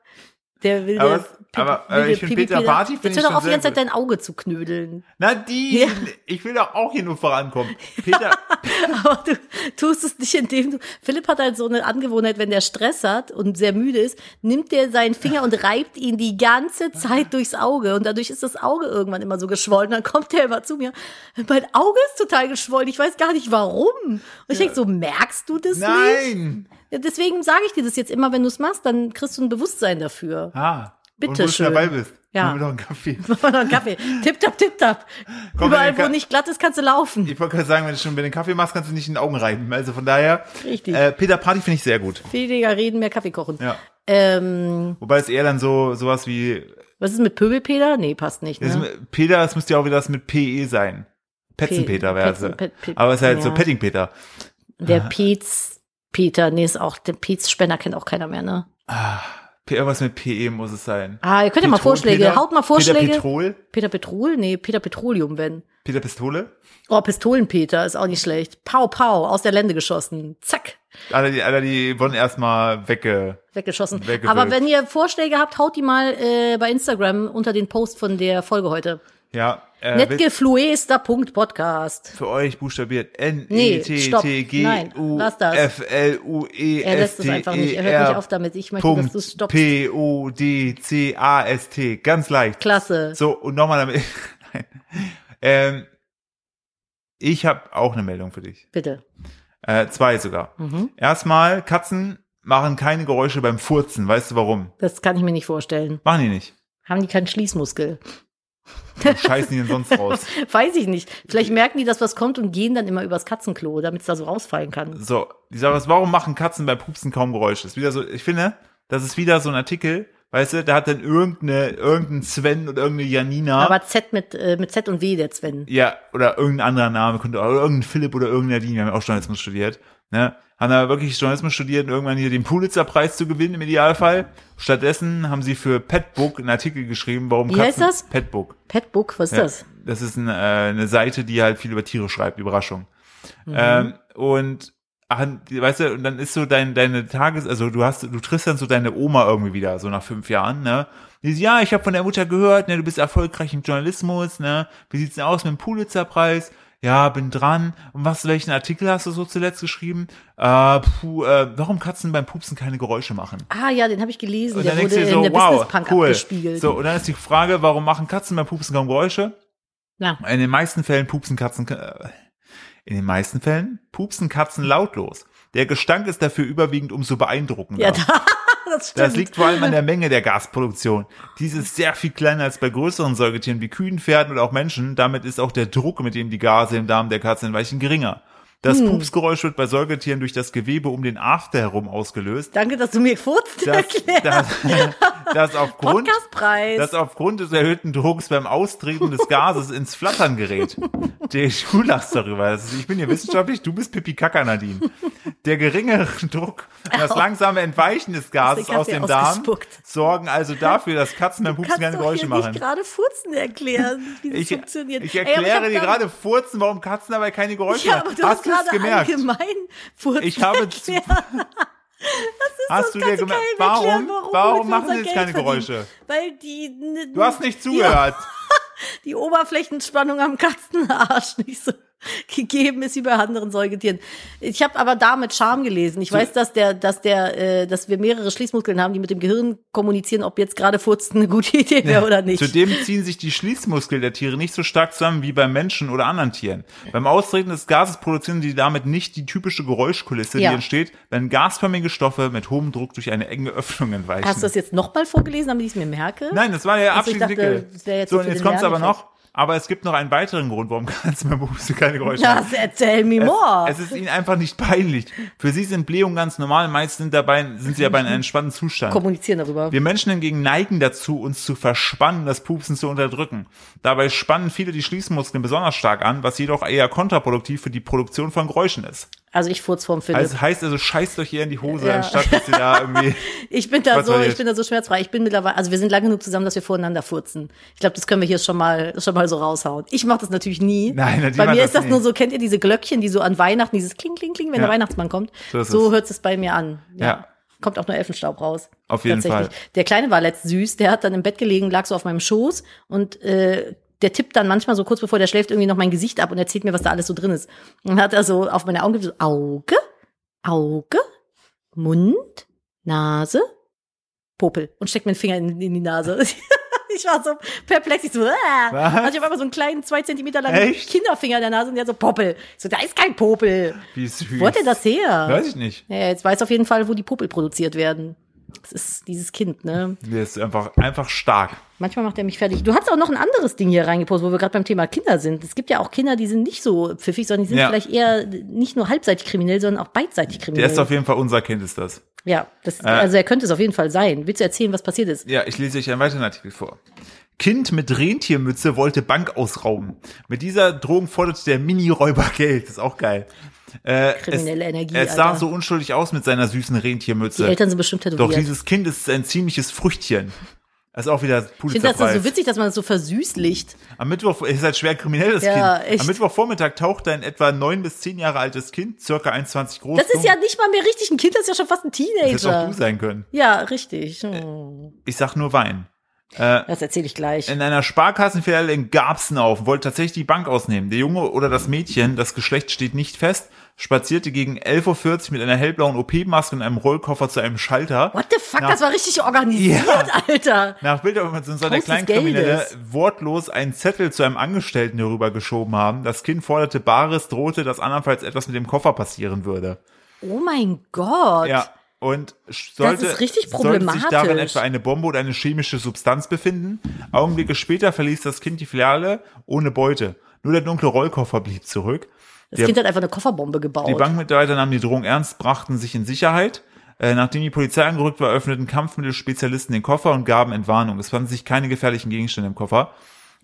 S2: Der will
S1: Aber
S2: der,
S1: es- aber, äh, ich finde Peter Party finde ich
S2: Jetzt hör doch
S1: schon
S2: auf, die
S1: sehr
S2: ganze Zeit
S1: gut.
S2: dein Auge zu knödeln. Ja.
S1: Nadine, ich will doch auch hier nur vorankommen. Peter,
S2: Aber du tust es nicht, indem du. Philipp hat halt so eine Angewohnheit, wenn der Stress hat und sehr müde ist, nimmt der seinen Finger und reibt ihn die ganze Zeit durchs Auge. Und dadurch ist das Auge irgendwann immer so geschwollen. Dann kommt der immer zu mir. Mein Auge ist total geschwollen. Ich weiß gar nicht warum. Und ich denk so, merkst du das nicht?
S1: nein!
S2: Ja, Deswegen sage ich dir das jetzt immer, wenn du es machst, dann kriegst du ein Bewusstsein dafür.
S1: Ah,
S2: Bitte
S1: und wo
S2: schön.
S1: du dabei bist.
S2: Ja.
S1: Machen wir doch einen Kaffee.
S2: Mach mal noch einen Kaffee. Tipptapp, tipptapp.
S1: Komm,
S2: Überall,
S1: Erika.
S2: wo nicht glatt ist, kannst du laufen.
S1: Ich wollte gerade sagen, wenn du schon mit den Kaffee machst, kannst du nicht in den Augen reiben. Also von daher,
S2: Richtig.
S1: äh, Peter Party finde ich sehr gut.
S2: Weniger reden, mehr Kaffee kochen.
S1: Ja.
S2: Ähm,
S1: Wobei es eher dann so sowas wie
S2: Was ist mit Pöbelpeter? Nee, passt nicht.
S1: das
S2: Ne?
S1: ist- Peter, es müsste ja auch wieder das mit PE sein. Petzenpeter wäre es.
S2: E, Petzen- Pet- Pet-
S1: Aber es ist halt so
S2: ja.
S1: Pettingpeter.
S2: Der Petz-Peter, nee, ist auch, der Petz-Spenner kennt auch keiner mehr, ne?
S1: P- Irgendwas mit PE muss es sein.
S2: Ah, ihr könnt ja mal
S1: Petrol,
S2: Vorschläge,
S1: Peter?
S2: haut mal Vorschläge.
S1: Peter
S2: Peter,
S1: Petrol?
S2: Petrol? Nee, Peter Petroleum, wenn.
S1: Peter Pistole?
S2: Oh, Pistolenpeter, ist auch nicht schlecht. Pow, pow, aus der Lände geschossen. Zack,
S1: Alle die, alle die wurden erstmal wegge...
S2: weggeschossen.
S1: Weggewürgt.
S2: Aber wenn ihr Vorschläge habt, haut die mal äh, bei Instagram unter den Post von der Folge heute.
S1: Ja, Äh, wird
S2: Netgefluester.podcast.
S1: für euch buchstabiert N
S2: Nee,
S1: E T
S2: stopp.
S1: T G
S2: Nein,
S1: U
S2: lass das.
S1: F L U E
S2: Er
S1: S
S2: lässt es
S1: T
S2: einfach nicht.
S1: E
S2: Er hört nicht auf
S1: R
S2: damit. Ich möchte, dass du es
S1: E Punkt
S2: stoppst.
S1: P O D C A S T ganz leicht.
S2: Klasse.
S1: So und nochmal damit. Nein. ähm, ich habe auch eine Meldung für dich.
S2: Bitte.
S1: Äh, zwei sogar.
S2: Mhm.
S1: Erstmal Katzen machen keine Geräusche beim Furzen. Weißt du warum?
S2: Das kann ich mir nicht vorstellen.
S1: Machen die nicht.
S2: Haben die keinen Schließmuskel?
S1: Die scheißen die denn sonst raus?
S2: Weiß ich nicht. Vielleicht merken die, dass was kommt und gehen dann immer übers Katzenklo, damit es da so rausfallen kann.
S1: So, ich sag was, warum machen Katzen beim Pupsen kaum Geräusche? Ist wieder so, ich finde, das ist wieder so ein Artikel, weißt du, da hat dann irgendeine, irgendein Sven oder irgendeine Janina.
S2: Aber Z mit, äh, mit Z und W, der Sven.
S1: ja, oder irgendein anderer Name könnte, oder irgendein Philipp oder irgendeine Nadine, wir haben ja auch Journalismus studiert, ne? Haben da wirklich Journalismus studiert, um irgendwann hier den Pulitzer-Preis zu gewinnen im Idealfall. Stattdessen haben sie für Petbook einen Artikel geschrieben, warum
S2: Wie
S1: Katzen.
S2: heißt das?
S1: Petbook.
S2: Petbook, was ist
S1: Ja,
S2: das?
S1: Das ist ein, äh, eine Seite, die halt viel über Tiere schreibt, Überraschung.
S2: Mhm.
S1: Ähm, und ach, die- weißt du, und dann ist so dein, deine Tages, also du hast, du triffst dann so deine Oma irgendwie wieder, so nach fünf Jahren, ne? Die sagt, ja, ich habe von der Mutter gehört, ne, du bist erfolgreich im Journalismus, ne? Wie sieht's denn aus mit dem Pulitzer-Preis? Ja, bin dran. Und was, welchen Artikel hast du so zuletzt geschrieben? Äh, puh, äh, warum Katzen beim Pupsen keine Geräusche machen?
S2: Ah ja, den habe ich gelesen.
S1: Und
S2: der
S1: dann denkst
S2: wurde
S1: du dir
S2: in der
S1: so,
S2: Business Punk
S1: wow, cool.
S2: abgespiegelt.
S1: So, und dann ist die Frage, warum machen Katzen beim Pupsen kaum Geräusche?
S2: Ja.
S1: In den meisten Fällen pupsen Katzen, äh, in den meisten Fällen pupsen Katzen lautlos. Der Gestank ist dafür überwiegend umso beeindruckender.
S2: Ja, da, das stimmt.
S1: das liegt vor allem an der Menge der Gasproduktion. Diese ist sehr viel kleiner als bei größeren Säugetieren wie Kühen, Pferden oder auch Menschen. Damit ist auch der Druck, mit dem die Gase im Darm der Katze entweichen, geringer. Das
S2: Hm.
S1: Pupsgeräusch wird bei Säugetieren durch das Gewebe um den After herum ausgelöst.
S2: Danke, dass du mir Furzen
S1: Das,
S2: erklärst.
S1: das, das aufgrund
S2: Podcastpreis.
S1: das aufgrund des erhöhten Drucks beim Austreten des Gases ins Flattern gerät. Der, du lachst darüber. Das ist, ich bin hier wissenschaftlich, du bist Pipi Kaka, Nadine. Der geringere Druck und das langsame Entweichen des Gases
S2: Deswegen hat
S1: aus
S2: Oh. der
S1: dem Darm
S2: ausgespuckt.
S1: sorgen also dafür, dass Katzen beim Pupsen
S2: kannst
S1: keine
S2: doch
S1: Geräusche
S2: hier
S1: machen.
S2: nicht gerade Furzen erklären, wie das
S1: Ich,
S2: funktioniert.
S1: ich
S2: Ey, aber ich
S1: erkläre
S2: hab
S1: dir
S2: gar-
S1: gerade Furzen, warum Katzen dabei keine Geräusche
S2: Ja, aber
S1: machen.
S2: du hast,
S1: Hast du es
S2: gerade
S1: gemerkt?
S2: allgemein Furzen
S1: Ich habe
S2: erklärt.
S1: Hast du dir
S2: Kannst
S1: gemerkt?
S2: keinem
S1: Warum,
S2: erklären, warum,
S1: warum
S2: wir
S1: machen
S2: unser
S1: sie jetzt
S2: Geld
S1: keine
S2: verdienen.
S1: Geräusche?
S2: Weil die, n-
S1: Du hast nicht zugehört.
S2: Die, die Oberflächenspannung am Katzenarsch nicht so gegeben ist wie bei anderen Säugetieren. Ich habe aber da mit Charme gelesen. Ich weiß, dass der, dass der, äh, dass wir mehrere Schließmuskeln haben, die mit dem Gehirn kommunizieren, ob jetzt gerade Furzen eine gute Idee wäre oder nicht.
S1: Zudem ziehen sich die Schließmuskeln der Tiere nicht so stark zusammen wie bei Menschen oder anderen Tieren. Beim Austreten des Gases produzieren sie damit nicht die typische Geräuschkulisse,
S2: Ja.
S1: die entsteht, wenn gasförmige Stoffe mit hohem Druck durch eine enge Öffnung entweichen.
S2: Hast du das jetzt nochmal vorgelesen, damit ich es mir merke?
S1: Nein, das war der
S2: Also ich
S1: abschließende
S2: dachte,
S1: Artikel.
S2: das wäre jetzt
S1: So,
S2: so
S1: und
S2: für
S1: jetzt
S2: den
S1: kommt's aber
S2: Lerneffekt.
S1: noch. Aber es gibt noch einen weiteren Grund, warum Katzen beim Pupsen keine Geräusche machen.
S2: Das erzähl mir more.
S1: Es ist ihnen einfach nicht peinlich. Für sie sind Blähungen ganz normal. Meist sind, dabei, sind sie dabei in einem entspannten Zustand.
S2: Kommunizieren darüber.
S1: Wir Menschen hingegen neigen dazu, uns zu verspannen, das Pupsen zu unterdrücken. Dabei spannen viele die Schließmuskeln besonders stark an, was jedoch eher kontraproduktiv für die Produktion von Geräuschen ist.
S2: also ich furz vorm Philipp.
S1: Also heißt also, scheißt euch hier in die Hose,
S2: Ja.
S1: anstatt dass ihr da irgendwie.
S2: Ich bin da
S1: Was
S2: so,
S1: soll
S2: ich
S1: jetzt?
S2: bin da so schmerzfrei. Ich bin mittlerweile, also wir sind lang genug zusammen, dass wir voreinander furzen. Ich glaube, das können wir hier schon mal, schon mal so raushauen. Ich mache das natürlich nie.
S1: Nein, Nadine
S2: Bei
S1: macht
S2: mir
S1: das
S2: ist das
S1: nie.
S2: nur so, kennt ihr diese Glöckchen, die so an Weihnachten, dieses Kling, Kling, Kling, wenn
S1: Ja.
S2: der Weihnachtsmann kommt.
S1: So
S2: So,
S1: ist es.
S2: hört es bei mir an. Ja.
S1: Ja.
S2: Kommt auch nur Elfenstaub raus.
S1: Auf jeden
S2: Tatsächlich.
S1: Fall.
S2: Der Kleine war letzt süß, der hat dann im Bett gelegen, lag so auf meinem Schoß und äh, der tippt dann manchmal so kurz bevor der schläft irgendwie noch mein Gesicht ab und erzählt mir, was da alles so drin ist. Und hat er so auf meine Augen getippt, so Auge, Auge, Mund, Nase, Popel und steckt mir den Finger in, in die Nase. Ich war so perplex, ich so, äh.
S1: Was?
S2: also ich habe aber so einen kleinen zwei Zentimeter langen
S1: Echt?
S2: Kinderfinger in der Nase und der so Popel. Ich so, da ist kein Popel.
S1: Wie süß.
S2: Wo hat er das her?
S1: Weiß ich nicht.
S2: Ja, jetzt weiß auf jeden Fall, wo die Popel produziert werden. Das ist dieses Kind, ne?
S1: Der ist einfach, einfach stark.
S2: Manchmal macht er mich fertig. Du hast auch noch ein anderes Ding hier reingepostet, wo wir gerade beim Thema Kinder sind. Es gibt ja auch Kinder, die sind nicht so pfiffig, sondern die sind
S1: Ja.
S2: vielleicht eher nicht nur halbseitig kriminell, sondern auch beidseitig kriminell.
S1: Der ist Äh. auf jeden Fall unser Kind, ist das.
S2: ja, das, also er könnte es auf jeden Fall sein. Willst du erzählen, was passiert ist?
S1: Ja, ich lese euch einen weiteren Artikel vor. Kind mit Rentiermütze wollte Bank ausrauben. Mit dieser Drohung forderte der Mini-Räuber Geld. Das ist auch geil. Äh,
S2: Kriminelle
S1: es,
S2: Energie,
S1: Es sah
S2: Alter.
S1: so unschuldig aus mit seiner süßen Rentiermütze.
S2: Die Eltern sind bestimmt tätowiert.
S1: Doch dieses Kind ist ein ziemliches Früchtchen. Das ist auch wieder
S2: ich finde das ist so
S1: Pulitzerpreis.
S2: witzig, dass man das so versüßlicht.
S1: Am Mittwoch ist halt schwer kriminell das
S2: Ja,
S1: Kind.
S2: echt.
S1: Am Mittwochvormittag tauchte ein etwa neun bis zehn Jahre altes Kind, circa 1,20 groß.
S2: Das ist ja nicht mal mehr richtig ein Kind, das ist ja schon fast ein
S1: das hättest auch
S2: Teenager.
S1: du sein können.
S2: Ja, richtig. Hm.
S1: Ich sag nur Wein.
S2: das erzähle ich gleich.
S1: in einer Sparkassenfiliale in Garbsen auf, wollte tatsächlich die Bank ausnehmen. Der Junge oder das Mädchen, das Geschlecht steht nicht fest, spazierte gegen 11.40 Uhr mit einer hellblauen OP-Maske und einem Rollkoffer zu einem Schalter.
S2: What the fuck, das war richtig organisiert,
S1: Ja.
S2: Alter.
S1: Nach Bildinformationen soll der
S2: Haus des
S1: Kleinkriminelle
S2: Geldes.
S1: wortlos einen Zettel zu einem Angestellten herübergeschoben haben. Das Kind forderte Bares, drohte, dass andernfalls etwas mit dem Koffer passieren würde.
S2: Oh mein Gott.
S1: Ja. Und sch- sollte,
S2: ist richtig
S1: sollte sich darin
S2: problematisch.
S1: etwa eine Bombe oder eine chemische Substanz befinden. Augenblicke später verließ das Kind die Filiale ohne Beute. Nur der dunkle Rollkoffer blieb zurück.
S2: Das
S1: Der-
S2: Kind hat einfach eine Kofferbombe gebaut.
S1: Die Bankmitarbeiter nahmen die Drohung ernst, brachten sich in Sicherheit. Äh, Nachdem die Polizei angerückt war, öffneten Kampfmittelspezialisten den Koffer und gaben Entwarnung. Es fanden sich keine gefährlichen Gegenstände im Koffer.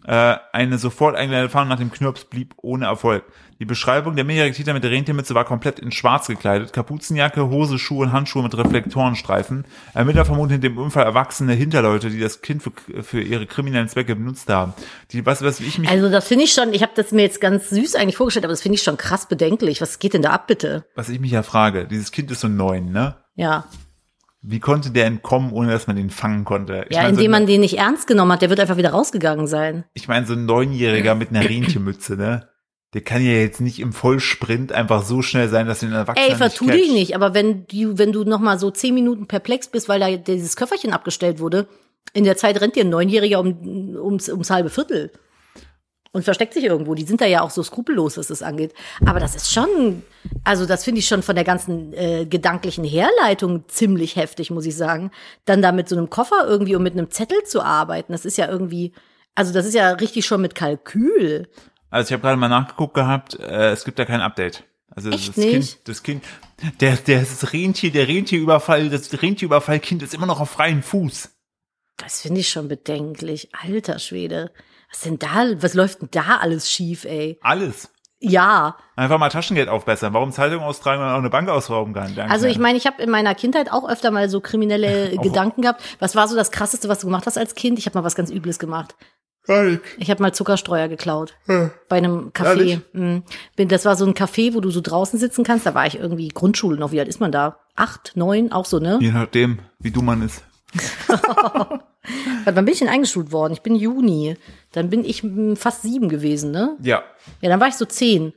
S1: Äh, Eine sofort eingeleitete Fahndung nach dem Knirps blieb ohne Erfolg. Die Beschreibung der mehrjährigen Täter mit der Rentiermütze war komplett in schwarz gekleidet. Kapuzenjacke, Hose, Schuhe und Handschuhe mit Reflektorenstreifen. Ermittler vermuten in dem Unfall erwachsene Hinterleute, die das Kind für, für ihre kriminellen Zwecke benutzt haben. Die, was, was ich mich
S2: Also das finde ich schon, ich habe das mir jetzt ganz süß eigentlich vorgestellt, aber das finde ich schon krass bedenklich. Was geht denn da ab, bitte?
S1: was ich mich ja frage, dieses Kind ist so neun, ne?
S2: Ja,
S1: Wie konnte der entkommen, ohne dass man den fangen konnte? Ich
S2: ja
S1: meine, so
S2: indem
S1: ein,
S2: man den nicht ernst genommen hat, der wird einfach wieder rausgegangen sein.
S1: ich meine, so ein Neunjähriger mit einer Rentiermütze, ne? Der kann ja jetzt nicht im Vollsprint einfach so schnell sein, dass ihn ein Erwachsener
S2: Ey, vertu
S1: catcht.
S2: dich nicht, aber wenn du, wenn du noch mal so zehn Minuten perplex bist, weil da dieses Köfferchen abgestellt wurde, in der Zeit rennt dir ein Neunjähriger um, ums, ums halbe Viertel und versteckt sich irgendwo. Die sind da ja auch so skrupellos, was das angeht. Aber das ist schon, also das finde ich schon von der ganzen äh, gedanklichen Herleitung ziemlich heftig, muss ich sagen. Dann da mit so einem Koffer irgendwie und mit einem Zettel zu arbeiten, das ist ja irgendwie, also das ist ja richtig schon mit Kalkül.
S1: Also ich habe gerade mal nachgeguckt gehabt, äh, es gibt da kein Update. Also
S2: Echt
S1: das
S2: nicht?
S1: Kind, das Kind, der, der das Rentier, der Rentierüberfall, das Rentierüberfallkind ist immer noch auf freiem Fuß.
S2: Das finde ich schon bedenklich. Alter Schwede. Was denn da, was läuft denn da alles schief, ey?
S1: Alles.
S2: Ja.
S1: Einfach mal Taschengeld aufbessern. Warum Zeitung austragen, wenn man auch eine Bank ausrauben kann? Danke.
S2: Also ich meine, ich habe in meiner Kindheit auch öfter mal so kriminelle
S1: Auch-
S2: Gedanken gehabt. Was war so das krasseste, was du gemacht hast als Kind? Ich habe mal was ganz Übles gemacht. Ich habe mal Zuckerstreuer geklaut bei einem Café.
S1: Ehrlich?
S2: Mm. Bin- Das war so ein Café, wo du so draußen sitzen kannst. Da war ich irgendwie Grundschule noch. Wie alt ist man da? Acht, neun, auch so, ne?
S1: Je nachdem, wie du man ist.
S2: Warte, Wann bin ich denn eingeschult worden? Ich bin Juni. Dann bin ich mm, fast sieben gewesen, ne?
S1: Ja.
S2: Ja, dann war ich so zehn.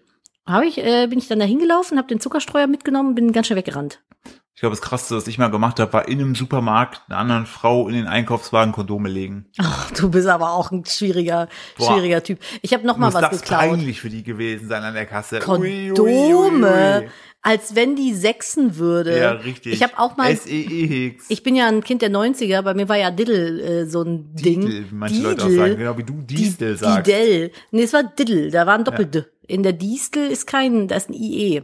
S2: Hab ich, äh, bin ich dann da hingelaufen, habe den Zuckerstreuer mitgenommen, bin ganz schnell weggerannt.
S1: Ich glaube, das Krasseste, was ich mal gemacht habe, war in einem Supermarkt einer anderen Frau in den Einkaufswagen Kondome legen.
S2: Ach, du bist aber auch ein schwieriger,
S1: Boah.
S2: schwieriger Typ. Ich habe noch mal
S1: Muss
S2: was
S1: das
S2: geklaut.
S1: peinlich für die gewesen sein an der Kasse. Ui, ui, ui,
S2: Kondome,
S1: ui.
S2: als wenn die sechsen würde.
S1: Ja, richtig. E
S2: Ich habe auch mal
S1: SEEX.
S2: Ich bin ja ein Kind der 90er, bei mir war ja Diddle äh, so ein Ding.
S1: Diddle, wie manche Leute auch sagen, genau wie du Distel
S2: Di-
S1: sagst.
S2: Didel. Nee, es war Diddle, da war ein Doppel-D. In der Distel ist kein, da ist ein IE.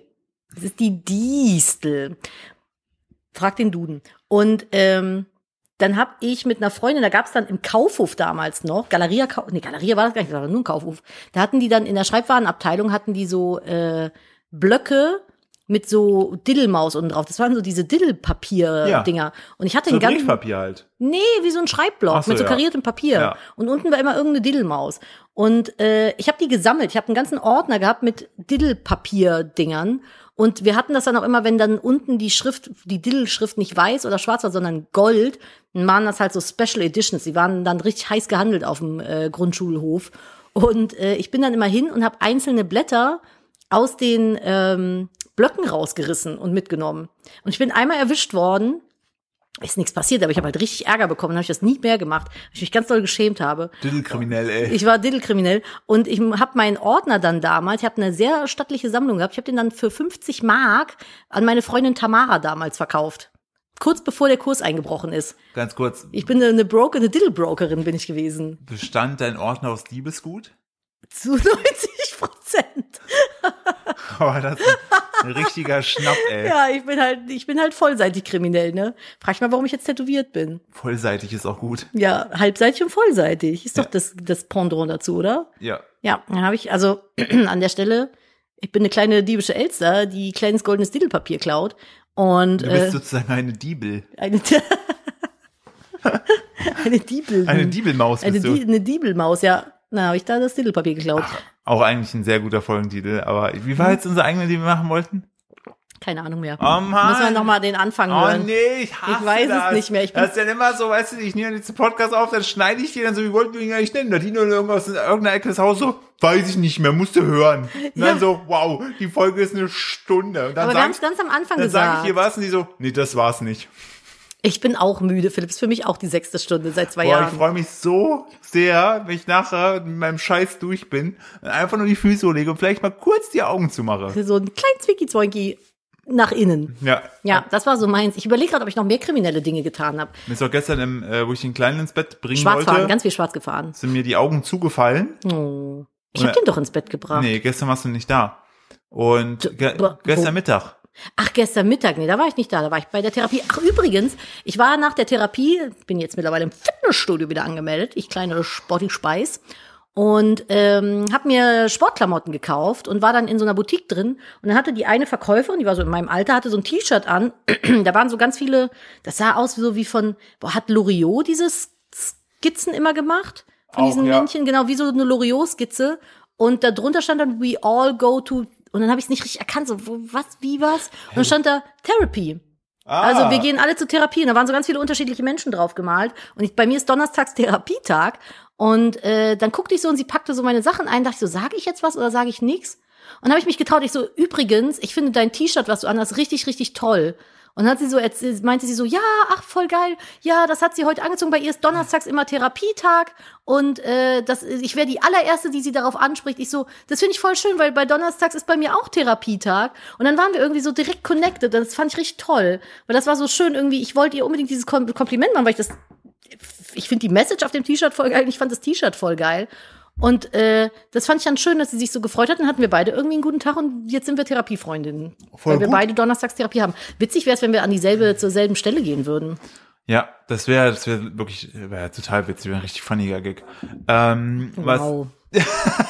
S2: Das ist die Distel. Frag den Duden. Und ähm, dann habe ich mit einer Freundin, da gab es dann im Kaufhof damals noch, Galeria, Kau nee, Galeria war das gar nicht, das war nur ein Kaufhof. Da hatten die dann in der Schreibwarenabteilung, hatten die so äh, Blöcke mit so Diddelmaus unten drauf. Das waren so diese Diddelpapier-Dinger. Und ich hatte
S1: so
S2: den ganzen.
S1: Briefpapier halt.
S2: Nee, wie so ein Schreibblock
S1: Ach so,
S2: mit so
S1: ja.
S2: kariertem Papier.
S1: Ja.
S2: Und unten war immer irgendeine Diddelmaus. Und äh, ich habe die gesammelt. Ich habe einen ganzen Ordner gehabt mit Diddelpapier-Dingern. Und wir hatten das dann auch immer, wenn dann unten die Schrift, die Diddelschrift nicht weiß oder schwarz war, sondern gold, dann waren das halt so Special Editions. Die waren dann richtig heiß gehandelt auf dem äh, Grundschulhof. Und äh, ich bin dann immer hin und habe einzelne Blätter aus den ähm, Blöcken rausgerissen und mitgenommen. Und ich bin einmal erwischt worden ist nichts passiert, aber ich habe halt richtig Ärger bekommen, habe ich das nie mehr gemacht, weil ich mich ganz doll geschämt habe.
S1: Diddle-Kriminell, ey.
S2: Ich war Diddle-Kriminell und ich habe meinen Ordner dann damals, ich habe eine sehr stattliche Sammlung gehabt, ich habe den dann für 50 Mark an meine Freundin Tamara damals verkauft. Kurz bevor der Kurs eingebrochen ist.
S1: Ganz kurz,
S2: Ich bin eine Broker, eine Diddle-Brokerin bin ich gewesen.
S1: bestand dein Ordner aus Liebesgut?
S2: Zu 90 Prozent.
S1: Aber das ist ein richtiger Schnapp, ey.
S2: Ja, ich bin halt, ich bin halt vollseitig kriminell, ne? Frag ich mal, warum ich jetzt tätowiert bin.
S1: Vollseitig ist auch gut.
S2: Ja, halbseitig und vollseitig. Ist doch
S1: Ja.
S2: das, das Pendant dazu, oder?
S1: Ja.
S2: Ja, dann habe ich, also an der Stelle, ich bin eine kleine diebische Elster, die kleines goldenes Didelpapier klaut. Und
S1: Du bist
S2: äh,
S1: sozusagen eine Diebel.
S2: eine, eine Diebel.
S1: Eine Diebelmaus
S2: Eine,
S1: bist
S2: Di
S1: du. Ah.
S2: eine Diebelmaus, ja. Na, habe ich da das Didelpapier geklaut. Hm.
S1: Auch eigentlich ein sehr guter Folgentitel, aber wie war jetzt unser eigener, den wir machen wollten?
S2: keine Ahnung mehr.
S1: Oh Mann.
S2: Müssen wir nochmal den Anfang
S1: Oh
S2: hören.
S1: nee, ich hasse
S2: Ich weiß es
S1: das.
S2: nicht mehr. Ich bin-
S1: das ist dann immer so, weißt du, ich nehme jetzt den Podcast auf, dann schneide ich die dann so, wie wollten wir ihn eigentlich nennen? Da die nur irgendwas in irgendeiner Ecke des Hauses so, weiß ich nicht mehr, musst du hören. Und dann
S2: Ja.
S1: so, wow, die Folge ist eine Stunde. Und dann
S2: Aber wir
S1: sag-
S2: haben es ganz am Anfang
S1: Dann sage ich
S2: gesagt.
S1: hier was und die so, nee, das war's nicht.
S2: ich bin auch müde, Philipp. Ist für mich auch die sechste Stunde seit zwei
S1: Boah, ich
S2: Jahren.
S1: freue mich so sehr, wenn ich nachher mit meinem Scheiß durch bin und einfach nur die Füße hochlege und vielleicht mal kurz die Augen zumache.
S2: So ein kleines Zwicky-Zwonky nach innen.
S1: Ja.
S2: Ja, das war so meins. Ich überlege gerade, ob ich noch mehr kriminelle Dinge getan habe.
S1: Mir ist auch gestern, im, äh, wo ich den Kleinen ins Bett bringen
S2: Schwarz fahren,
S1: wollte,
S2: ganz viel schwarz gefahren.
S1: sind mir die Augen zugefallen.
S2: Oh. Ich habe
S1: Ja.
S2: den doch ins Bett gebracht.
S1: Nee, gestern warst du nicht da. Und ge
S2: bo-
S1: gestern
S2: wo-
S1: Mittag.
S2: Ach, gestern Mittag, nee, da war ich nicht da, da war ich bei der Therapie. Ach, übrigens, ich war nach der Therapie, bin jetzt mittlerweile im Fitnessstudio wieder angemeldet, ich kleine Sporty Speis, und ähm, habe mir Sportklamotten gekauft und war dann in so einer Boutique drin. Und dann hatte die eine Verkäuferin, die war so in meinem Alter, hatte so ein T-Shirt an. da waren so ganz viele, das sah aus wie so wie von, boah, hat Loriot diese Skizzen immer gemacht? Von
S1: Auch,
S2: diesen
S1: ja.
S2: Männchen, genau, wie so eine Loriot-Skizze. Und da drunter stand dann, we all go to, und dann habe ich es nicht richtig erkannt, so, wo, was, wie was? Und dann stand da Therapy.
S1: Ah,
S2: Also wir gehen alle zur Therapie und da waren so ganz viele unterschiedliche Menschen drauf gemalt und ich, bei mir ist Donnerstags Therapietag und äh, dann guckte ich so und sie packte so meine Sachen ein, dachte ich so, sage ich jetzt was oder sage ich nichts? Und habe ich mich getraut, ich so übrigens, ich finde dein T-Shirt, was du anhast, richtig richtig toll. Und dann hat sie so erzählt, meinte sie so, ja, ach voll geil, ja, das hat sie heute angezogen, bei ihr ist Donnerstags immer Therapietag und äh, das, ich wäre die allererste, die sie darauf anspricht. Ich so, das finde ich voll schön, weil bei Donnerstags ist bei mir auch Therapietag. Und dann waren wir irgendwie so direkt connected. Das fand ich richtig toll. Weil das war so schön irgendwie. Ich wollte ihr unbedingt dieses Kom Kompliment machen, weil ich das, ich finde die Message auf dem T-Shirt voll geil. Ich fand das T-Shirt voll geil. Und äh, das fand ich dann schön, dass sie sich so gefreut hat. Dann hatten wir beide irgendwie einen guten Tag und jetzt sind wir Therapiefreundinnen.
S1: Voll
S2: weil wir
S1: gut.
S2: beide Donnerstags Therapie haben. Witzig wäre es, wenn wir an dieselbe, zur selben Stelle gehen würden.
S1: Ja, das wäre das wär wirklich wär total witzig, wär ein richtig funniger Gig. Ähm, was,
S2: Wow.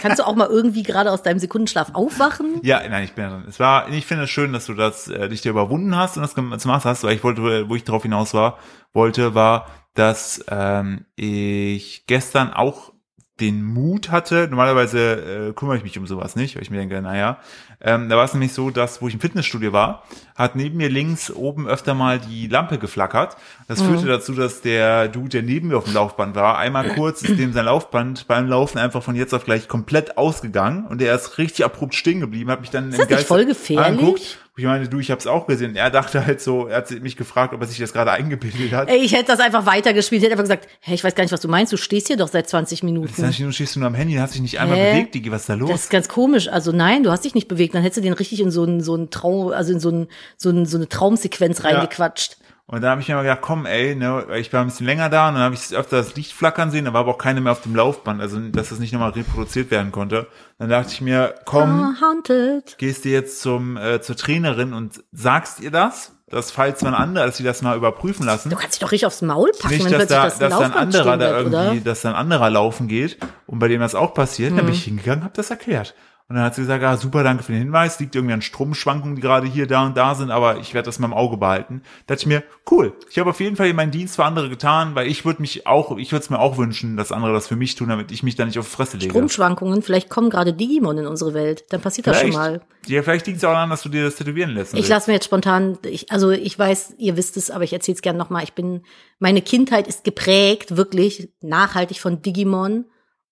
S2: Kannst du auch mal irgendwie gerade aus deinem Sekundenschlaf aufwachen?
S1: ja, nein, ich bin ja dran. Es war, ich finde es schön, dass du das äh, dich da überwunden hast und das gemacht hast, weil ich wollte, wo ich drauf hinaus war, wollte, war, dass ähm, ich gestern auch den Mut hatte, normalerweise äh, kümmere ich mich um sowas nicht, weil ich mir denke, naja, ähm, da war es nämlich so, dass, wo ich im Fitnessstudio war, hat neben mir links oben öfter mal die Lampe geflackert. Das
S2: Mhm.
S1: führte dazu, dass der Dude, der neben mir auf dem Laufband war, einmal kurz ist dem sein Laufband beim Laufen einfach von jetzt auf gleich komplett ausgegangen und er ist richtig abrupt stehen geblieben, hat mich dann
S2: das nicht voll gefährlich?
S1: angeguckt. Ich meine, du, ich hab's auch gesehen. Und Er dachte halt so, er hat mich gefragt, ob er sich das gerade eingebildet hat.
S2: Ey, ich hätte das einfach weitergespielt. Ich hätte einfach gesagt, hey, ich weiß gar nicht, was du meinst. Du stehst hier doch seit 20 Minuten.
S1: 20 Minuten stehst du nur am Handy, hast dich nicht einmal
S2: Hä?
S1: bewegt, Digi, was ist da los?
S2: Das ist ganz komisch. Also nein, du hast dich nicht bewegt. Dann hättest du den richtig in so einen, so einen Traum, also in so, einen, so, einen, so eine Traumsequenz reingequatscht.
S1: Und dann habe ich mir mal gedacht, komm, ey, ne, weil ich war ein bisschen länger da und dann habe ich öfter das Licht flackern sehen, da war aber auch keine mehr auf dem Laufband, also dass das nicht nochmal reproduziert werden konnte. Dann dachte ich mir, komm,
S2: Ah, haunted.
S1: gehst du jetzt zum äh, zur Trainerin und sagst ihr das, dass falls man andere, dass sie das mal überprüfen lassen.
S2: Du kannst dich doch richtig aufs Maul packen,
S1: Nicht,
S2: wenn
S1: dass
S2: plötzlich
S1: da, dass
S2: das
S1: da ein
S2: Laufband
S1: anderer
S2: stehen
S1: da
S2: bleibt,
S1: irgendwie,
S2: oder?
S1: dass da ein anderer laufen geht und bei dem das auch passiert, dann
S2: Hm.
S1: bin ich hingegangen, habe das erklärt. Und dann hat sie gesagt, ah, super, danke für den Hinweis, liegt irgendwie an Stromschwankungen, die gerade hier, da und da sind, aber ich werde das mal im Auge behalten. Da dachte ich mir, cool, ich habe auf jeden Fall meinen Dienst für andere getan, weil ich würde mich auch, ich würde es mir auch wünschen, dass andere das für mich tun, damit ich mich da nicht auf die Fresse lege.
S2: Stromschwankungen, vielleicht kommen gerade Digimon in unsere Welt. Dann passiert das schon mal.
S1: ja, vielleicht liegt es auch daran, dass du dir das tätowieren lässt. ne?
S2: Ich lasse mir jetzt spontan, ich, also ich weiß, ihr wisst es, aber ich erzähle es gerne nochmal. Ich bin, meine Kindheit ist geprägt, wirklich nachhaltig von Digimon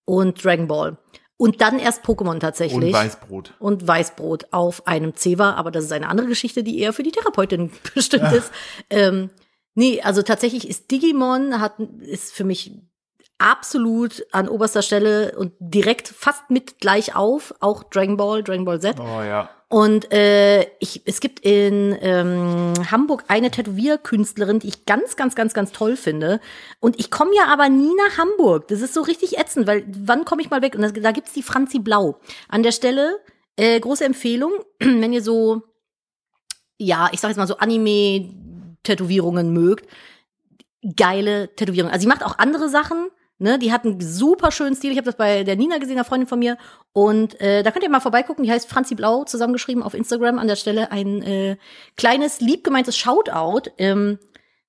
S2: und Dragon Ball. Und dann erst Pokémon tatsächlich.
S1: und Weißbrot.
S2: Und Weißbrot auf einem Zewa, aber das ist eine andere Geschichte, die eher für die Therapeutin bestimmt ist. Ähm, nee, also tatsächlich ist Digimon, hat, ist für mich absolut an oberster Stelle und direkt fast mit gleich auf, auch Dragon Ball, Dragon Ball Z.
S1: Oh ja.
S2: Und äh, ich, es gibt in ähm, Hamburg eine Tätowierkünstlerin, die ich ganz, ganz, ganz, ganz toll finde. Und ich komme ja aber nie nach Hamburg. Das ist so richtig ätzend, weil wann komme ich mal weg? Und das, da gibt's die Franzi Blau. An der Stelle, äh, große Empfehlung, wenn ihr so, ja, ich sag jetzt mal so Anime-Tätowierungen mögt. Geile Tätowierung. Also sie macht auch andere Sachen. Ne, die hat einen super schönen Stil. Ich habe das bei der Nina gesehen, einer Freundin von mir. Und äh, da könnt ihr mal vorbeigucken. Die heißt Franzi Blau, zusammengeschrieben auf Instagram. An der Stelle ein äh, kleines, liebgemeintes Shoutout. Ähm,